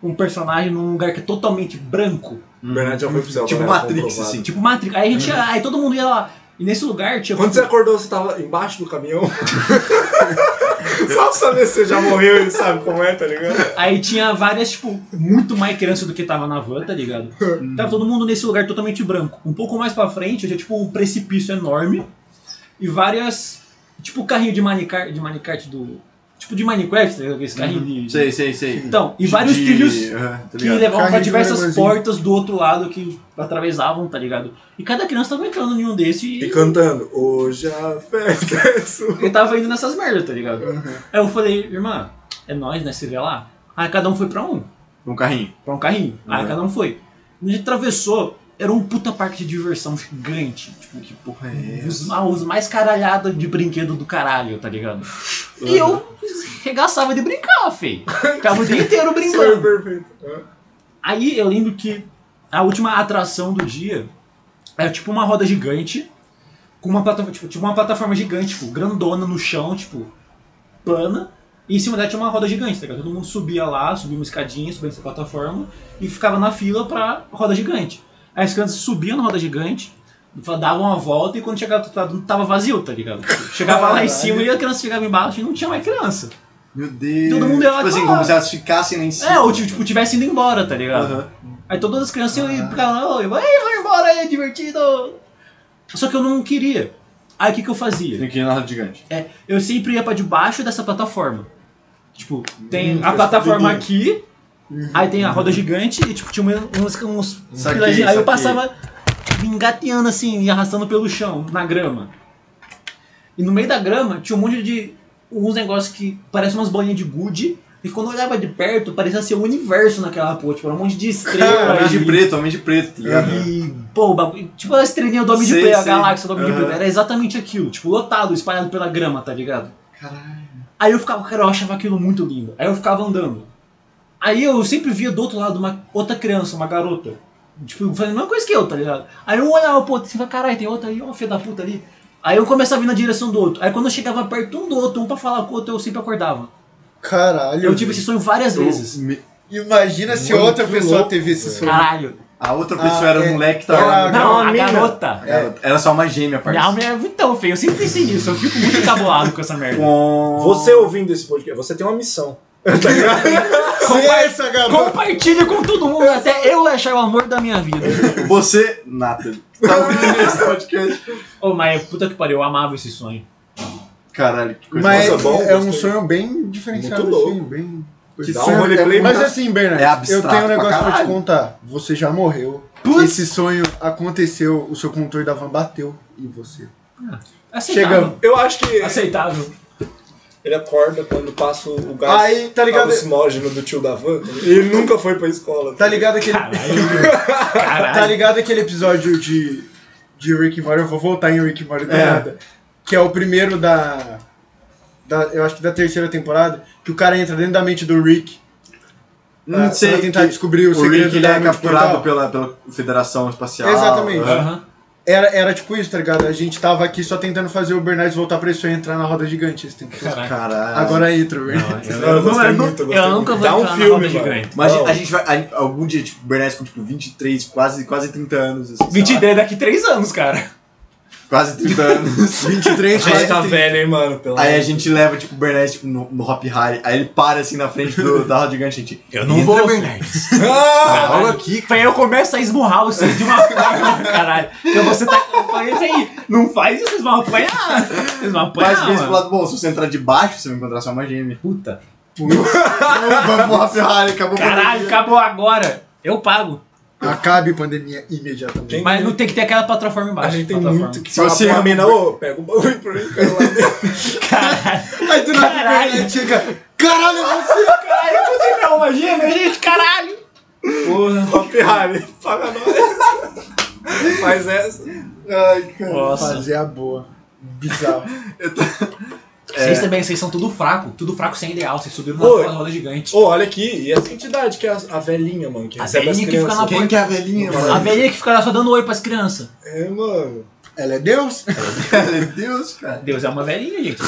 Speaker 2: um personagem num lugar que é totalmente branco.
Speaker 3: O Bernardo já foi pro céu.
Speaker 1: Tipo
Speaker 3: galera,
Speaker 1: Matrix,
Speaker 3: comprovado.
Speaker 1: assim.
Speaker 2: Tipo, Matrix. Aí a gente, ia- aí todo mundo ia lá. E nesse lugar tinha. tipo
Speaker 3: Uhum. Quando você acordou, você tava embaixo do caminhão? Só pra saber se você já morreu e sabe como é, tá ligado?
Speaker 2: Aí tinha várias, tipo, muito mais criança do que tava na van, tá ligado? Tava todo mundo nesse lugar totalmente branco. Um pouco mais pra frente, tinha, tipo, um precipício enorme. E várias. Tipo, carrinho de manicart, de manicart do. Tipo, de Minecraft, tá ligado? Esse carrinho
Speaker 4: Uhum.
Speaker 2: de.
Speaker 1: Sei, sei, sei.
Speaker 2: Então, e vários
Speaker 1: De-
Speaker 2: trilhos
Speaker 1: aham, tá
Speaker 2: que
Speaker 1: ligado?
Speaker 2: levavam pra
Speaker 4: Carrinho de
Speaker 2: diversas
Speaker 4: rolemãozinho.
Speaker 2: portas do outro lado que atravessavam, tá ligado? E cada criança tava entrando em um desse
Speaker 3: E
Speaker 2: e
Speaker 3: cantando, hoje a festa é sua.
Speaker 2: eu tava indo nessas merdas, tá ligado? Aí eu falei, irmã, é nóis, né? Se vê lá. Aí cada um foi pra um.
Speaker 1: Um carrinho.
Speaker 2: pra um carrinho. Aí
Speaker 1: Uhum.
Speaker 2: cada um foi. Quando a gente atravessou, era um puta parque de diversão gigante. Tipo, que porra é os, ma- os mais caralhados de brinquedo do caralho, tá ligado? E eu regaçava de brincar, feio. Ficava o dia inteiro
Speaker 3: Foi
Speaker 2: brincando.
Speaker 3: perfeito. Hã?
Speaker 2: Aí eu lembro que a última atração do dia era tipo uma roda gigante com uma plataforma, tipo, tinha uma plataforma gigante, tipo, grandona no chão, tipo, plana. E em cima dela tinha uma roda gigante, tá ligado? Todo mundo subia lá, subia uma escadinha, subia nessa plataforma e ficava na fila pra roda gigante. Aí as crianças subiam na roda gigante, davam uma volta e quando chegava do outro lado tava vazio, tá ligado? Chegava lá em cima e a criança chegava embaixo e não tinha mais criança.
Speaker 1: Meu Deus.
Speaker 2: Todo mundo ia lá
Speaker 1: Tipo assim,
Speaker 2: falar.
Speaker 1: como se elas ficassem lá em cima.
Speaker 2: É, ou tipo, tivesse indo embora, tá ligado?
Speaker 1: Aham.
Speaker 2: Aí todas as crianças iam e ficavam lá, "Ei, vai embora, é divertido. Só que eu não queria. Aí o que, que eu fazia?
Speaker 1: Tem que ir na roda gigante.
Speaker 2: É, eu sempre ia pra debaixo dessa plataforma. Tipo, tem a plataforma aqui, aí tem a roda gigante e tipo, tinha uns, uns, uns
Speaker 1: Saquei,
Speaker 2: pilazinhos. Aí
Speaker 1: saquei.
Speaker 2: eu passava tipo, engateando assim, e arrastando pelo chão, na grama. E no meio da grama tinha um monte de. uns negócios que parecem umas bolinhas de gude. E quando eu olhava de perto, parecia ser o universo naquela porra. Tipo, era um monte de estrela.
Speaker 1: Homem de
Speaker 2: e-
Speaker 1: preto, homem de preto, tá ligado?
Speaker 2: e, pô, o bagulho- tipo a estrelinha do Homem de
Speaker 1: Sei,
Speaker 2: Preto, a
Speaker 1: sei.
Speaker 2: galáxia do Homem de
Speaker 1: Aham.
Speaker 2: Preto, era exatamente aquilo, tipo, lotado, espalhado pela grama, tá ligado? Caralho. Aí eu ficava, cara, eu achava aquilo muito lindo. Aí eu ficava andando. Aí eu sempre via do outro lado uma outra criança, uma garota. Tipo, fazendo a mesma coisa que eu, tá ligado? Aí eu olhava, pô, você fala, caralho, tem outra aí, ó, filha da puta ali. Aí eu começava a vir na direção do outro. Aí quando eu chegava perto um do outro, um pra falar com o outro, eu sempre acordava.
Speaker 4: Caralho.
Speaker 2: Eu tive esse sonho várias vezes.
Speaker 1: Me-
Speaker 4: Imagina se
Speaker 1: Muito
Speaker 4: outra pessoa
Speaker 1: louco,
Speaker 4: teve esse sonho.
Speaker 2: Caralho.
Speaker 1: A outra
Speaker 4: Ah,
Speaker 1: pessoa era um
Speaker 4: é.
Speaker 1: moleque que
Speaker 4: Era-
Speaker 1: tava.
Speaker 4: Não, é.
Speaker 2: Não,
Speaker 4: a
Speaker 2: a
Speaker 4: mina.
Speaker 2: garota.
Speaker 1: Era, era só uma gêmea,
Speaker 2: Minha
Speaker 1: parceiro.
Speaker 2: alma é muito feia, eu sempre pensei nisso. Eu fico muito encabulado com essa merda.
Speaker 3: Você ouvindo esse podcast, você tem uma missão. Tá ligado?
Speaker 4: Conversa, garoto.
Speaker 2: Compartilhe com todo mundo até eu achar o amor da minha vida.
Speaker 1: Você, Nathan, tá ouvindo esse podcast.
Speaker 2: Ô, mas puta que pariu, eu amava esse sonho.
Speaker 1: Caralho, que coisa.
Speaker 4: Mas
Speaker 3: Nossa, bom,
Speaker 4: é um
Speaker 3: gostei.
Speaker 4: sonho bem diferenciado,
Speaker 3: Muito louco.
Speaker 4: assim, bem...
Speaker 1: Que
Speaker 4: Dá
Speaker 1: sonho
Speaker 4: um
Speaker 1: roleplay,
Speaker 4: Mas
Speaker 1: mas-
Speaker 4: assim, Bernardo,
Speaker 1: É abstrato
Speaker 4: eu tenho um
Speaker 1: pra
Speaker 4: negócio pra, te
Speaker 1: caralho.
Speaker 4: contar. Você já morreu.
Speaker 1: Putz.
Speaker 4: Esse sonho aconteceu, o seu controle da van bateu em você.
Speaker 2: Aceitável.
Speaker 3: Eu acho que
Speaker 2: Aceitável.
Speaker 3: Assim, ele acorda quando passa o gás
Speaker 4: Aí, tá ligado?
Speaker 3: alucinógeno do tio da van. tá ligado? Ele nunca foi pra escola.
Speaker 4: Tá ligado aquele,
Speaker 2: Caralho.
Speaker 4: tá
Speaker 2: Caralho.
Speaker 4: ligado aquele episódio de, de Rick and Morty? Eu vou voltar em Rick and Morty do
Speaker 1: É.
Speaker 4: nada. Que é o primeiro da, da... Eu acho que da terceira temporada. Que o cara entra dentro da mente do Rick.
Speaker 1: Não
Speaker 4: pra-
Speaker 1: sei.
Speaker 4: Pra tentar
Speaker 1: que-
Speaker 4: descobrir o,
Speaker 1: o
Speaker 4: segredo
Speaker 1: Rick ele
Speaker 4: da
Speaker 1: é
Speaker 4: mente
Speaker 1: capturado
Speaker 4: portal.
Speaker 1: pela, pela Federação Espacial.
Speaker 4: Exatamente.
Speaker 1: Aham.
Speaker 2: Aham.
Speaker 4: Era, era tipo isso, tá ligado? A gente tava aqui só tentando fazer o Bernardes voltar pra isso e entrar na roda gigante esse tempo. todo.
Speaker 2: Caralho.
Speaker 1: Caralho.
Speaker 4: Agora entra, o Bernardes.
Speaker 2: Não, é.
Speaker 3: Eu gostei
Speaker 2: eu nu-
Speaker 3: muito, eu gostei
Speaker 2: eu
Speaker 3: muito.
Speaker 2: nunca vou
Speaker 3: Dá um
Speaker 2: entrar na
Speaker 3: filme,
Speaker 2: roda
Speaker 3: mano.
Speaker 2: gigante.
Speaker 1: Mas
Speaker 3: Não.
Speaker 1: a gente vai. a- algum dia, tipo, o Bernardes com tipo, 23, quase, quase 30 anos. Assim, sei
Speaker 2: 20
Speaker 1: lá.
Speaker 2: ideia daqui 3 anos, cara.
Speaker 1: Quase 30 anos.
Speaker 4: 23,
Speaker 3: A gente tá
Speaker 4: quase
Speaker 3: velho, hein, mano. Pela
Speaker 1: Aí a gente leva, tipo, o Bernardes tipo, no, no Hop Hari. Aí ele para assim na frente do, da roda gigante, gente.
Speaker 2: Eu não vou, Ah, Bernardes. Caralho.
Speaker 1: Olha aqui,
Speaker 2: Aí eu começo a esmurrar vocês de uma forma, caralho. Então você tá. Falei isso aí. Não faz isso, vocês vão apanhar. Vocês vão apanhar.
Speaker 1: Mas pensa pro
Speaker 2: mano.
Speaker 1: lado bom, se você entrar de baixo, você vai encontrar sua mais gêmea.
Speaker 2: Puta.
Speaker 1: Vamos pro Hop Hari, acabou a
Speaker 2: Caralho,
Speaker 1: pandemia.
Speaker 2: acabou agora. Eu pago.
Speaker 4: Acabe a pandemia imediatamente.
Speaker 3: Tem-
Speaker 2: Mas não tem que ter aquela plataforma embaixo.
Speaker 3: A gente tem
Speaker 2: plataforma.
Speaker 3: muito que
Speaker 1: Se você-
Speaker 3: falar pra mina, ô, pega o bagulho pra mim, cara, lá dentro.
Speaker 2: Caralho.
Speaker 4: Aí do nada o
Speaker 2: Caralho.
Speaker 4: Bernardes chega. Caralho, você!
Speaker 2: Caralho, eu vou ter uma gêmea, gente. Caralho. Porra.
Speaker 3: Hop Harry, tá paga nós. é, Faz essa.
Speaker 1: Ai, cara.
Speaker 2: Nossa.
Speaker 4: Fazer a boa. Bizarro.
Speaker 2: Vocês também, vocês são tudo fraco. Tudo fraco sem ideal. Vocês subiram na
Speaker 3: Oi.
Speaker 2: roda- roda gigante.
Speaker 3: Ô, olha aqui, e essa entidade que é a, a velhinha, mano, que
Speaker 2: A
Speaker 3: recebe as
Speaker 2: velhinha que fica
Speaker 3: crianças.
Speaker 2: na
Speaker 1: Quem que é a velhinha, mano?
Speaker 2: A velhinha que fica lá só dando oi pras crianças.
Speaker 3: É, mano.
Speaker 4: Ela é Deus?
Speaker 1: Meu Deus, cara.
Speaker 2: Deus é uma velhinha, gente.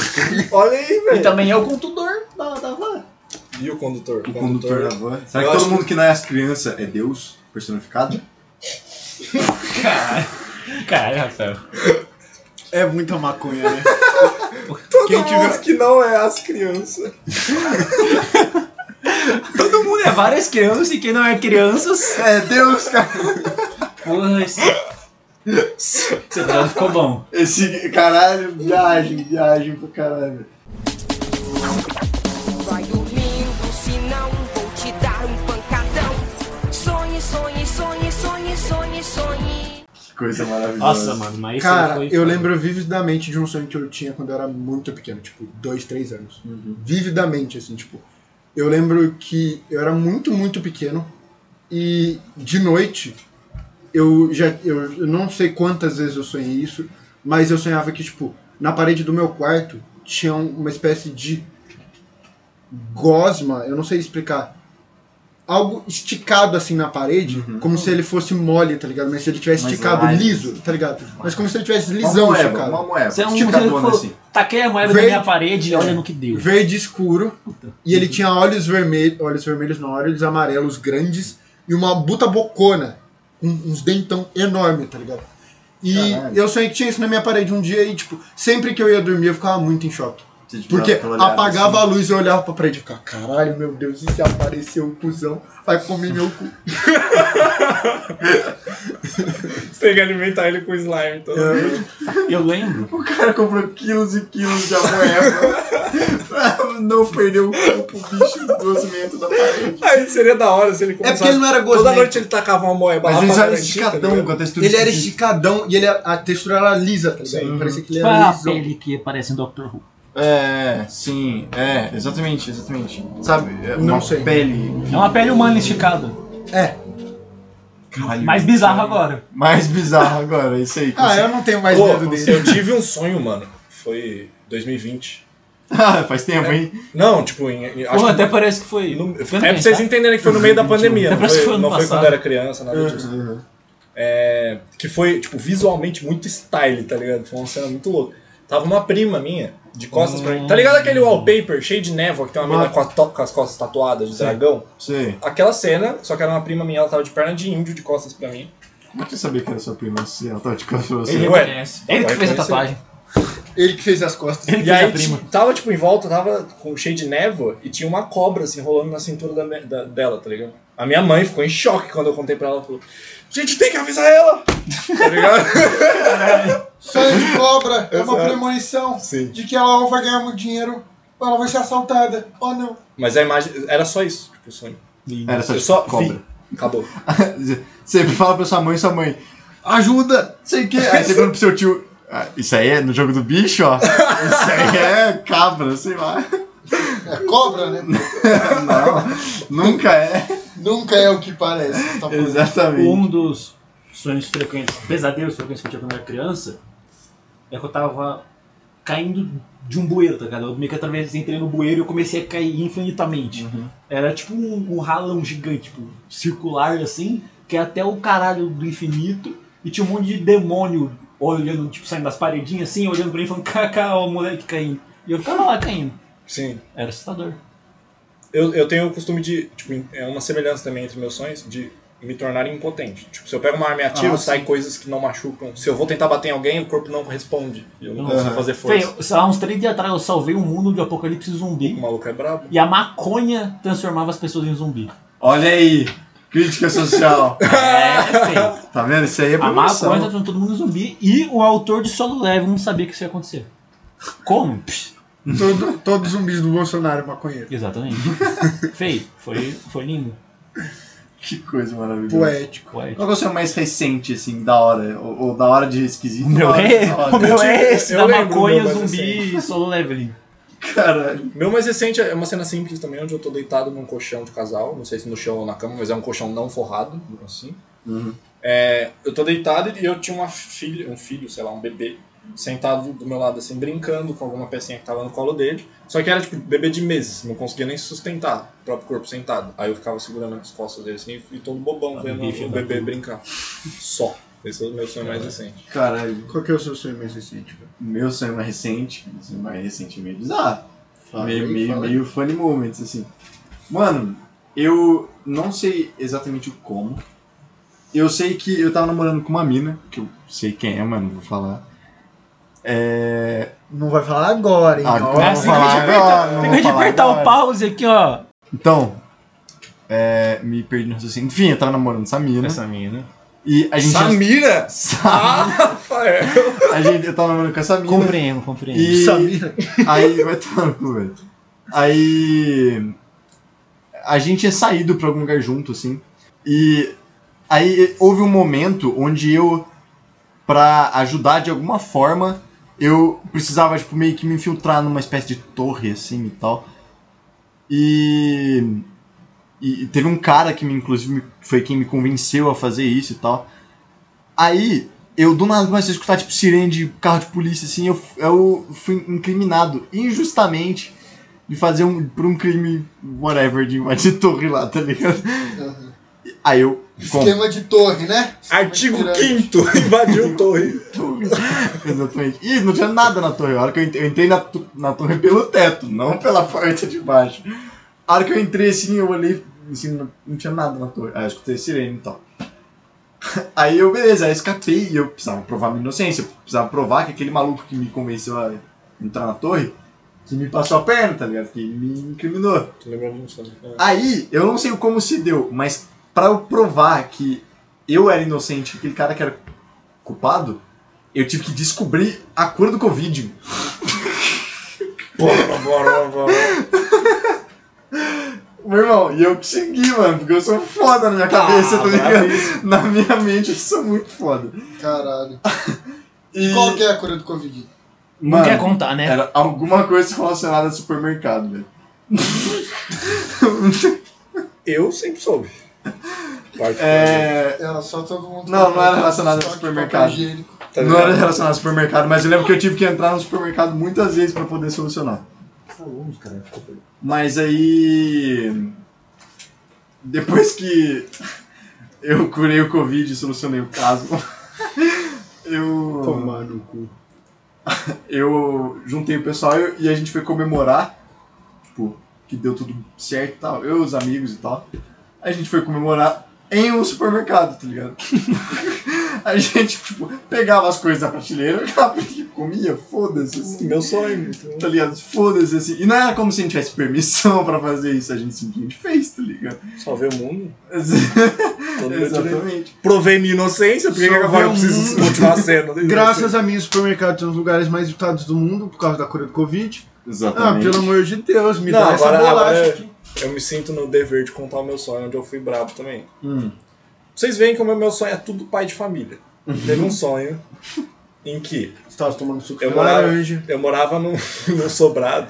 Speaker 3: Olha aí,
Speaker 2: E
Speaker 3: velho.
Speaker 2: também é o condutor da, da van.
Speaker 3: E o condutor?
Speaker 1: O condutor da van. Será
Speaker 3: Eu
Speaker 1: que todo
Speaker 3: acho
Speaker 1: mundo que não é as crianças é Deus personificado?
Speaker 2: Caralho. Caralho, Rafael.
Speaker 4: É muita maconha, né?
Speaker 3: Todo
Speaker 4: Quem
Speaker 3: mundo
Speaker 4: tiver-
Speaker 3: que não é as crianças.
Speaker 2: Todo mundo é várias crianças e quem não é crianças.
Speaker 1: É Deus, cara.
Speaker 2: Porra, é esse. Esse episódio ficou bom.
Speaker 1: Esse caralho, viagem, viagem pra caralho.
Speaker 5: Vai dormindo, se não vou te dar um pancadão. Sonhe, sonhe, sonhe, sonhe, sonhe, sonhe.
Speaker 1: Que coisa maravilhosa.
Speaker 2: Nossa, mano, mas isso
Speaker 4: Cara,
Speaker 2: foi
Speaker 4: eu lembro vividamente de um sonho que eu tinha quando eu era muito pequeno, tipo, dois, três anos.
Speaker 2: Uhum.
Speaker 4: Vividamente, assim, tipo. Eu lembro que eu era muito, muito pequeno e de noite eu já. Eu, eu não sei quantas vezes eu sonhei isso, mas eu sonhava que, tipo, na parede do meu quarto tinha um, uma espécie de gosma, eu não sei explicar. Algo esticado assim na parede,
Speaker 2: Uhum.
Speaker 4: como se ele fosse mole, tá ligado? Mas se ele tivesse
Speaker 1: Mas
Speaker 4: esticado
Speaker 1: light.
Speaker 4: liso, tá ligado? Mas como se ele tivesse
Speaker 1: Uma
Speaker 4: lisão
Speaker 1: moeba,
Speaker 4: esticado.
Speaker 1: uma moeba.
Speaker 2: Você é um
Speaker 1: esticadona,
Speaker 2: falou,
Speaker 1: assim.
Speaker 2: Taquei a moeda na
Speaker 4: Verde.
Speaker 2: minha parede e olha no que deu.
Speaker 4: Verde escuro. E ele tinha olhos vermelhos. Olhos vermelhos não, olhos amarelos grandes e uma buta bocona. com uns dentão enorme, tá ligado? E
Speaker 1: Caralho.
Speaker 4: eu sonhei que tinha isso na minha parede um dia e, tipo, sempre que eu ia dormir eu ficava muito em choque.
Speaker 1: Você, tipo,
Speaker 4: Porque
Speaker 1: dá aquela olhada,
Speaker 4: apagava
Speaker 1: assim.
Speaker 4: a luz e eu olhava pra parede e ficava, caralho, meu Deus, e se apareceu o cuzão, vai comer meu cu.
Speaker 3: Você tem que alimentar ele com slime. Então.
Speaker 2: Eu lembro.
Speaker 1: O cara comprou quilos e quilos de amoeba pra não perder o corpo, o bicho gozamento da parede.
Speaker 3: Aí seria da hora se ele começasse...
Speaker 4: porque ele não era
Speaker 3: Toda
Speaker 4: gosmento.
Speaker 3: noite ele tacava uma moeba
Speaker 1: Mas
Speaker 3: lá pra
Speaker 1: eles eram
Speaker 3: garantir, tá
Speaker 1: esticadão,
Speaker 3: ligado?
Speaker 1: acontece tudo
Speaker 4: Ele era
Speaker 1: esquisito.
Speaker 4: esticadão e ele, a textura era lisa, tá ligado? Parecia que ele
Speaker 2: Fala
Speaker 4: era
Speaker 2: a
Speaker 4: lisão.
Speaker 2: pele que parece um Dr. Who.
Speaker 1: É, sim, é, exatamente, exatamente. Sabe, é
Speaker 4: Não
Speaker 1: uma
Speaker 4: sei.
Speaker 1: pele.
Speaker 2: É uma pele humana esticada.
Speaker 4: É.
Speaker 1: Caralho.
Speaker 2: Mais bizarro agora.
Speaker 1: Mais bizarro agora, é isso aí.
Speaker 4: Ah, eu não tenho mais
Speaker 3: Pô,
Speaker 4: medo dele.
Speaker 3: eu tive um sonho, mano. Foi 2020.
Speaker 1: Ah, faz tempo, hein?
Speaker 3: Não, tipo, em, em- acho
Speaker 2: Pô,
Speaker 3: que
Speaker 2: até Tá. parece que foi.
Speaker 3: no- é
Speaker 2: Tenta
Speaker 3: pra vocês
Speaker 2: pensar.
Speaker 3: entenderem que foi no meio da pandemia. Não
Speaker 2: Parece que foi
Speaker 3: foi,
Speaker 2: ano
Speaker 3: não foi quando
Speaker 2: passado.
Speaker 3: era criança, nada disso. É, que foi, tipo, visualmente muito style, tá ligado? Foi uma cena muito louca. Tava uma prima minha, de costas pra mim. Tá ligado aquele wallpaper cheio de névoa que tem uma menina
Speaker 1: Ah.
Speaker 3: com, a to- com as costas tatuadas de dragão?
Speaker 1: Sei.
Speaker 3: Aquela cena, só que era uma prima minha, ela tava de perna de índio de costas pra mim.
Speaker 1: Como é que você sabia que era sua prima se ela tava de costas pra você?
Speaker 2: é
Speaker 3: Ele- Ué, é
Speaker 2: Reconhece.
Speaker 3: Ele que fez a tatuagem.
Speaker 7: Ele que fez as costas.
Speaker 3: E aí ti- tava, tipo, em volta, tava com, cheio de névoa e tinha uma cobra, assim, rolando na cintura da me- da- dela, tá ligado? A minha mãe ficou em choque quando eu contei pra ela, ela falou, gente, tem que avisar ela! tá ligado?
Speaker 4: Sonho de cobra é uma
Speaker 3: Exato.
Speaker 4: premonição
Speaker 3: Sim.
Speaker 4: de que ela vai ganhar muito dinheiro ou ela vai ser assaltada. Oh não.
Speaker 3: Mas a imagem, era só isso, tipo, o sonho.
Speaker 1: Era só
Speaker 3: eu
Speaker 1: de
Speaker 3: só
Speaker 1: cobra.
Speaker 3: vi. Acabou.
Speaker 1: Você fala pra sua mãe, sua mãe, ajuda, sei o quê. Aí você pergunta pro seu tio, "Ah, isso aí é no jogo do bicho, ó. Isso aí é cabra, sei lá.
Speaker 4: É cobra, né?
Speaker 1: Nunca é.
Speaker 4: Nunca é o que parece. Você tá falando.
Speaker 1: Exatamente.
Speaker 2: Um dos sonhos frequentes, pesadelos frequentes que eu tinha quando eu era criança, é que eu tava caindo de um bueiro, tá ligado? Eu meio que através entrei no bueiro e eu comecei a cair infinitamente. Era tipo um, um ralão gigante, tipo, circular assim, que é até o caralho do infinito, e tinha um monte de demônio olhando, tipo, saindo das paredinhas assim, olhando pra mim falando, cacá, ó, moleque caindo. E eu ficava lá caindo.
Speaker 3: Sim.
Speaker 2: Era assustador.
Speaker 3: Eu, eu tenho o costume de, tipo, é uma semelhança também entre meus sonhos, de me tornar impotente. Tipo, se eu pego uma arma e atiro, sai coisas que não machucam. Se eu vou tentar bater em alguém, o corpo não responde. E eu não
Speaker 2: Uhum.
Speaker 3: consigo fazer
Speaker 2: Fê,
Speaker 3: força.
Speaker 2: sei lá, uns três dias atrás eu salvei o mundo do apocalipse zumbi.
Speaker 3: O maluco é brabo.
Speaker 2: E a maconha transformava as pessoas em zumbi.
Speaker 1: Olha aí, crítica social.
Speaker 2: É, sim.
Speaker 1: Tá vendo? Isso aí é
Speaker 2: A maconha
Speaker 1: promoção.
Speaker 2: transformou todo mundo em zumbi e o autor de Solo Leve não sabia que isso ia acontecer. Como? Psh,
Speaker 7: Todo- todos os zumbis do Bolsonaro maconheiro.
Speaker 2: exatamente. Feio. Foi, foi lindo. Tipo,
Speaker 1: Que coisa maravilhosa.
Speaker 7: Poético.
Speaker 2: Poético.
Speaker 1: Qual que é o seu mais recente, assim, da hora? Ou, ou da hora de esquisito?
Speaker 2: Meu
Speaker 1: da hora,
Speaker 2: é,
Speaker 1: da hora.
Speaker 2: o meu é esse,
Speaker 3: Eu
Speaker 2: da
Speaker 3: lembro do
Speaker 2: maconha,
Speaker 3: meu, mas assim,
Speaker 2: zumbi e solo leveling.
Speaker 1: Caralho.
Speaker 3: Meu mais recente é uma cena simples também, onde eu tô deitado num colchão de casal, não sei se no chão ou na cama, mas é um colchão não forrado, assim.
Speaker 7: Uhum.
Speaker 3: É, eu tô deitado e eu tinha uma filha, um filho, sei lá, um bebê, sentado do meu lado, assim, brincando com alguma pecinha que tava no colo dele. Só que era, tipo, bebê de meses, não conseguia nem sustentar o próprio corpo sentado. Aí eu ficava segurando as costas dele, assim, e todo bobão, vendo
Speaker 2: bicho
Speaker 1: tá
Speaker 3: o
Speaker 2: da
Speaker 3: bebê brincar. Só. Esse é o meu sonho mais recente.
Speaker 1: Caralho.
Speaker 7: Qual que é o seu sonho mais recente? velho?
Speaker 1: Meu sonho mais recente, meu sonho mais recente é meio bizarro.
Speaker 7: Fala
Speaker 1: meio,
Speaker 7: aí,
Speaker 1: meio,
Speaker 7: fala aí.
Speaker 1: meio funny moments, assim. Mano, eu não sei exatamente o como. Eu sei que eu tava namorando com uma mina, que eu sei quem é, mano, vou falar. É.
Speaker 7: Não vai falar agora, hein?
Speaker 1: Ah,
Speaker 7: Ó,
Speaker 1: então eu vou
Speaker 2: assim que a
Speaker 1: falar
Speaker 2: gente
Speaker 1: agora, não
Speaker 2: Tem
Speaker 1: vou
Speaker 2: que
Speaker 1: falar
Speaker 2: apertar o
Speaker 1: agora.
Speaker 2: pause aqui, ó.
Speaker 1: Então, é, me perdi no raciocínio. Enfim, eu tava namorando essa mina.
Speaker 2: mina.
Speaker 1: E a gente.
Speaker 3: Samira!
Speaker 1: Sa-
Speaker 3: Rafael!
Speaker 1: a gente, eu tava namorando com essa mina.
Speaker 2: Compreendo, compreendo.
Speaker 1: E-
Speaker 7: Sabia?
Speaker 1: Aí vai tomar no cu, velho. Aí. A gente tinha saído pra algum lugar junto, assim. E aí houve um momento onde eu, pra ajudar de alguma forma, eu precisava, tipo, meio que me infiltrar numa espécie de torre, assim e tal. E. E teve um cara que, me, inclusive, me- foi quem me convenceu a fazer isso e tal. Aí, eu do nada comecei a escutar, tipo, sirene de carro de polícia, assim, eu, eu fui incriminado injustamente de fazer um, por um crime, whatever, de invadir torre lá, tá ligado? Aí eu, com,
Speaker 4: Esquema de torre, né?
Speaker 1: é
Speaker 3: Artigo
Speaker 4: Esquema de
Speaker 3: 5 invadiu torre.
Speaker 1: exatamente, e não tinha nada na torre, a hora que eu entrei, eu entrei na, to- na torre pelo teto, não pela parte de baixo. A hora que eu entrei, assim, eu olhei, assim, não, não tinha nada na torre, aí eu escutei sirene e tal. Aí eu, beleza, aí eu escapei e eu precisava provar minha inocência, eu precisava provar que aquele maluco que me convenceu a entrar na torre, que me passou a perna, tá ligado? Que me incriminou.
Speaker 3: Tô lembrando de um sonho. É.
Speaker 1: Aí, eu não sei como se deu, mas pra eu provar que eu era inocente, que aquele cara que era culpado, eu tive que descobrir a cura do Covid.
Speaker 3: Bora, bora, bora.
Speaker 1: Meu irmão, e eu consegui, mano, porque eu sou foda na minha cabeça, tá ligado? Na minha mente eu sou muito foda.
Speaker 4: Caralho.
Speaker 1: E,
Speaker 4: Qual que é a cura do Covid?
Speaker 2: Não
Speaker 1: mano,
Speaker 2: quer contar,
Speaker 3: é
Speaker 2: né?
Speaker 1: era alguma coisa relacionada a supermercado, velho.
Speaker 3: Eu sempre soube. Particularmente.
Speaker 1: É,
Speaker 4: Era só todo mundo.
Speaker 1: Não, não era
Speaker 4: comprando
Speaker 1: relacionado a
Speaker 4: estoque de
Speaker 1: supermercado.
Speaker 4: papel higiênico.
Speaker 3: Tá
Speaker 1: não era
Speaker 3: ligado?
Speaker 1: relacionado ao supermercado, mas eu lembro que eu tive que entrar no supermercado muitas vezes pra poder solucionar. Mas aí. Depois que eu curei o Covid e solucionei o caso, eu.
Speaker 7: Tomar no cu.
Speaker 1: eu juntei o pessoal e- e a gente foi comemorar, tipo, que deu tudo certo e tal, eu, os amigos e tal. A gente foi comemorar em um supermercado, tá ligado? a gente, tipo, pegava as coisas da prateleira, olhava e comia, foda-se, assim,
Speaker 3: Meu sonho.
Speaker 1: tá ligado? Foda-se, assim. E não era como se a gente tivesse permissão pra fazer isso, a gente simplesmente fez, tá ligado?
Speaker 3: Salvei o mundo. Todo meu direito.
Speaker 1: Exatamente.
Speaker 3: Provei minha inocência, porque
Speaker 4: Salvei
Speaker 3: agora eu
Speaker 4: o
Speaker 6: um
Speaker 3: preciso
Speaker 4: mundo.
Speaker 3: continuar sendo.
Speaker 4: Graças a mim, os supermercados são os lugares mais visitados do mundo por causa da cura do Covid. Ah,
Speaker 1: Exatamente.
Speaker 4: pelo amor de Deus, me
Speaker 3: Não,
Speaker 4: dá essa
Speaker 3: agora-
Speaker 4: bolacha
Speaker 3: agora-
Speaker 4: aqui.
Speaker 3: Eu me sinto no dever de contar o meu sonho, onde eu fui brabo também.
Speaker 1: Hum.
Speaker 3: Vocês veem que o meu- meu sonho é tudo pai de família.
Speaker 6: Uhum.
Speaker 3: Teve um sonho em que
Speaker 4: Você tava tomando suco
Speaker 3: Eu
Speaker 4: de
Speaker 3: morava-
Speaker 4: laranja.
Speaker 3: eu morava num, num sobrado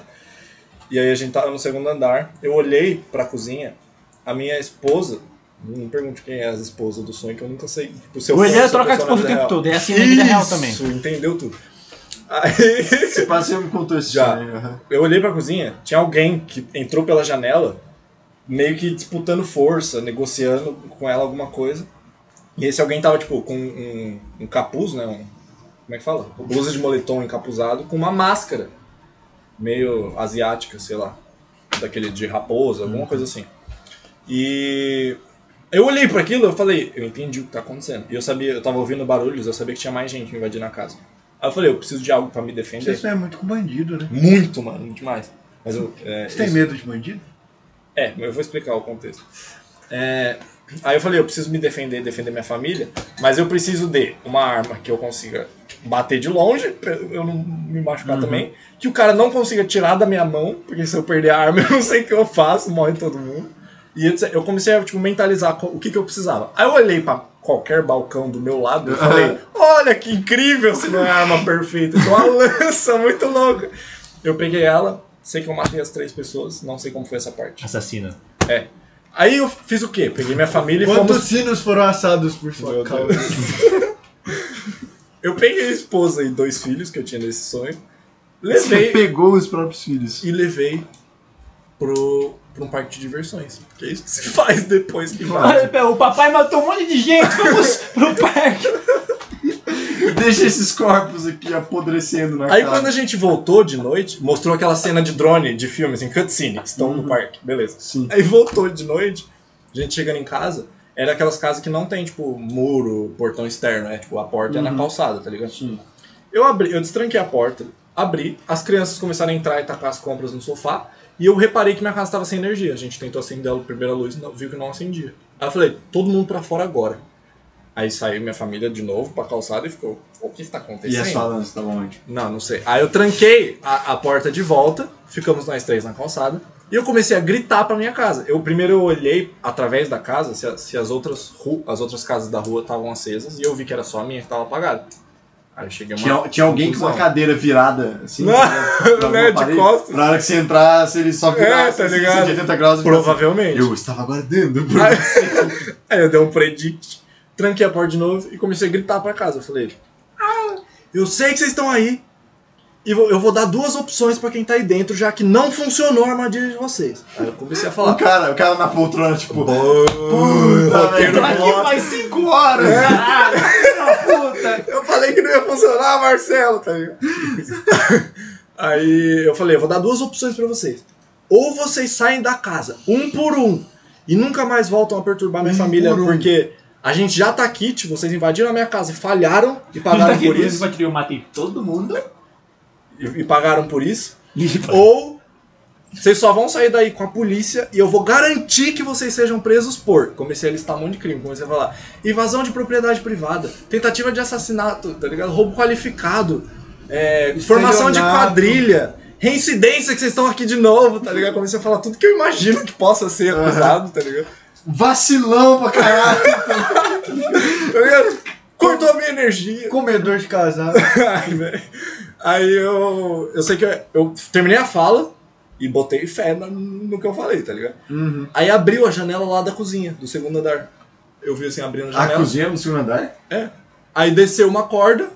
Speaker 3: e aí a gente tava no segundo andar. Eu olhei pra cozinha, a minha esposa, não pergunte quem é as esposas do sonho, que eu nunca sei. Tipo, se eu
Speaker 6: O
Speaker 3: conheço
Speaker 6: Elias
Speaker 3: a
Speaker 6: troca de
Speaker 3: pessoa na
Speaker 6: esposa o
Speaker 3: vida
Speaker 6: tempo
Speaker 3: real.
Speaker 6: todo, é assim na vida real
Speaker 3: Isso,
Speaker 6: também.
Speaker 3: entendeu tudo. Aí
Speaker 1: Você passou e me contou esse
Speaker 3: Já.
Speaker 1: sonho, aham.
Speaker 3: eu olhei pra cozinha, tinha alguém que entrou pela janela, meio que disputando força, negociando com ela alguma coisa. E esse alguém tava, tipo, com um, um capuz, né? um- como é que fala? Uma Blusa de moletom encapuzado com uma máscara. Meio asiática, sei lá. Daquele de raposa, alguma coisa assim. E eu olhei pra aquilo eu falei, eu entendi o que tá acontecendo. E eu sabia, eu tava ouvindo barulhos, eu sabia que tinha mais gente invadindo a casa. Aí eu falei, eu preciso de algo pra me defender.
Speaker 4: Você sonha é muito com bandido, né?
Speaker 3: Muito, mano, demais. Mas eu. É,
Speaker 4: Você tem
Speaker 3: isso-
Speaker 4: medo de bandido?
Speaker 3: é, mas eu vou explicar o contexto. É, aí eu falei, eu preciso me defender, defender minha família, mas eu preciso de uma arma que eu consiga tipo, bater de longe, pra eu não me machucar também, que o cara não consiga tirar da minha mão, porque se eu perder a arma eu não sei o que eu faço, morre todo mundo. E etc. eu comecei a tipo, mentalizar co- o que, que eu precisava. Aí eu olhei pra qualquer balcão do meu lado e falei, olha que incrível se não é a arma perfeita. Então uma lança muito louca. Eu peguei ela, sei que eu matei as três pessoas, não sei como foi essa parte.
Speaker 6: Assassina.
Speaker 3: É. Aí eu fiz o quê? Peguei minha família e
Speaker 4: Quantos
Speaker 3: fomos.
Speaker 4: sinos foram assados por sua
Speaker 3: Meu
Speaker 4: causa?
Speaker 3: Eu peguei a esposa e dois filhos que eu tinha nesse sonho.
Speaker 1: Você
Speaker 3: Levei
Speaker 1: pegou os próprios filhos.
Speaker 3: e levei pro, pra um parque de diversões. Porque é isso que se faz depois que vai.
Speaker 6: Olha, pera, o papai matou um monte de gente, vamos pro parque.
Speaker 1: Deixa esses corpos aqui apodrecendo na
Speaker 3: Aí
Speaker 1: casa.
Speaker 3: quando a gente voltou de noite, mostrou aquela cena de drone de filme, assim, cutscene, que estão no parque, beleza.
Speaker 1: Uhum. Sim.
Speaker 3: Aí voltou de noite, a gente chegando em casa, era aquelas casas que não tem, tipo, muro, portão externo, é tipo, a porta é na calçada, tá ligado?
Speaker 1: Uhum. Sim.
Speaker 3: Eu abri, eu destranquei a porta, abri, as crianças começaram a entrar e tacar as compras no sofá, e eu reparei que minha casa estava sem energia. A gente tentou acender a primeira luz, não, viu que não acendia. Aí eu falei, todo mundo pra fora agora. Aí saiu minha família de novo pra calçada e ficou, o que está
Speaker 1: E
Speaker 3: acontecendo?
Speaker 1: a sua lança tava onde?
Speaker 3: Não, não sei. Aí eu tranquei a, a porta de volta, ficamos nós três na calçada, e eu comecei a gritar pra minha casa. Eu primeiro eu olhei através da casa se, a- se as, outras ru, as outras casas da rua estavam acesas, e eu vi que era só a minha que tava apagada. Aí eu cheguei a uma
Speaker 1: Tinha, tinha alguém com uma
Speaker 3: conclusão.
Speaker 1: cadeira virada, assim,
Speaker 3: Não,
Speaker 1: pra- pra
Speaker 3: né, de
Speaker 1: parede.
Speaker 3: costas.
Speaker 1: Pra hora que você entrar, se ele só
Speaker 3: É,
Speaker 1: virasse,
Speaker 3: tá
Speaker 1: assim,
Speaker 3: ligado?
Speaker 1: 180 graus, assim.
Speaker 3: Provavelmente.
Speaker 1: eu estava aguardando. por
Speaker 3: Aí- Aí eu dei um predict, tranquei a porta de novo e comecei a gritar pra casa. Eu falei, ah, eu sei que vocês estão aí. E vou- eu vou dar duas opções pra quem tá aí dentro, já que não funcionou a armadilha de vocês. Aí eu comecei a
Speaker 1: O
Speaker 3: falar.
Speaker 1: cara, o cara na poltrona, tipo,
Speaker 3: Puta,
Speaker 1: velho,
Speaker 3: velho.
Speaker 1: tá aqui faz 5 horas.
Speaker 3: É. Eu falei que não ia funcionar, Marcelo, tá ligado? Aí eu falei, eu vou dar duas opções pra vocês. Ou vocês saem da casa, um por um, e nunca mais voltam a perturbar minha família,
Speaker 4: por um.
Speaker 3: porque a gente já tá kit, vocês invadiram a minha casa e falharam e
Speaker 4: Tá
Speaker 3: pagaram por isso.
Speaker 6: Eu matei todo mundo.
Speaker 3: E, e pagaram por isso. Ou vocês só vão sair daí com a polícia e eu vou garantir que vocês sejam presos por. Comecei a listar um monte de crime, comecei a falar. Invasão de propriedade privada, tentativa de assassinato, tá ligado? Roubo qualificado, é, formação de
Speaker 4: Estelionato.
Speaker 3: quadrilha, reincidência que vocês estão aqui de novo, tá ligado? Comecei a falar tudo que eu imagino que possa ser acusado, tá ligado?
Speaker 1: Vacilão pra caralho.
Speaker 3: Tá ligado? Cortou a minha energia.
Speaker 4: Comedor de casal.
Speaker 3: Ai, velho. Aí eu. Eu sei que eu, eu terminei a fala e botei fé na- no que eu falei, tá ligado? Aí abriu a janela lá da cozinha, do segundo andar. Eu vi assim, abrindo a
Speaker 1: A
Speaker 3: janela. É.
Speaker 1: cozinha no segundo andar?
Speaker 3: Aí desceu uma corda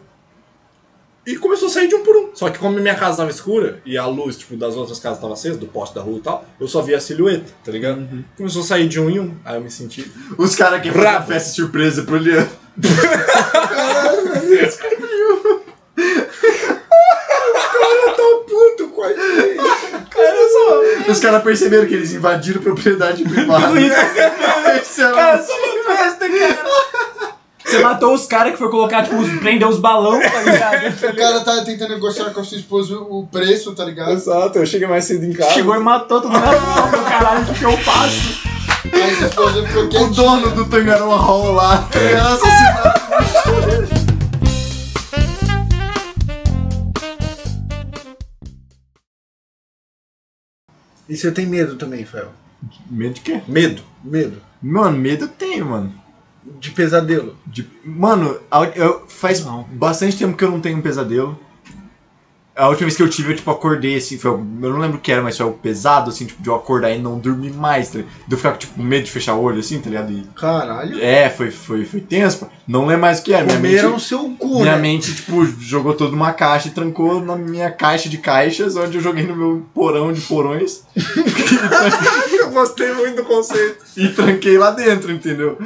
Speaker 3: e começou a sair de um por um. Só que como minha casa tava escura e a luz, tipo, das outras casas tava acesa, do poste da rua e tal, eu só via a silhueta, tá ligado? Começou a sair de um em um. Aí eu me senti.
Speaker 1: Os caras que
Speaker 3: Bravo.
Speaker 1: fazem festa surpresa pro Leandro.
Speaker 3: Tá
Speaker 1: caras perceberam que eles invadiram propriedade privada. Esse é o-
Speaker 6: Você matou os caras que foi colocar, tipo, os, prender os balão, tá ligado?
Speaker 8: O cara tá tentando negociar com a sua esposa o preço, tá ligado?
Speaker 3: Exato, eu cheguei mais cedo em casa.
Speaker 6: Chegou e matou todo mundo. Meu caralho, o que eu faço?
Speaker 8: Aí a esposa ficou
Speaker 1: o
Speaker 8: quietinha.
Speaker 1: dono do Tangaroa Hall lá. É. assassinado.
Speaker 4: E você tem medo também, Fel?
Speaker 1: Medo de quê?
Speaker 3: Medo.
Speaker 4: Medo.
Speaker 1: Mano, medo eu tenho, mano.
Speaker 4: De pesadelo.
Speaker 1: De- Mano, a- eu- faz bastante tempo que eu não tenho um pesadelo. A última vez que eu tive, eu tipo, acordei assim, foi, algo- eu não lembro o que era, mas foi algo pesado, assim, tipo, de eu acordar e não dormir mais, tá ligado? De eu ficar, tipo, com medo de fechar o olho, assim, tá ligado? E-
Speaker 4: Caralho.
Speaker 1: é, foi, foi, foi tenso, pô. Não lembro mais o que era. Minha mente,
Speaker 4: Comeram seu cu,
Speaker 1: minha
Speaker 4: né?
Speaker 1: mente, tipo, jogou tudo numa caixa e trancou na minha caixa de caixas, onde eu joguei no meu porão de porões
Speaker 3: Eu gostei muito do conceito.
Speaker 1: e tranquei lá dentro, entendeu?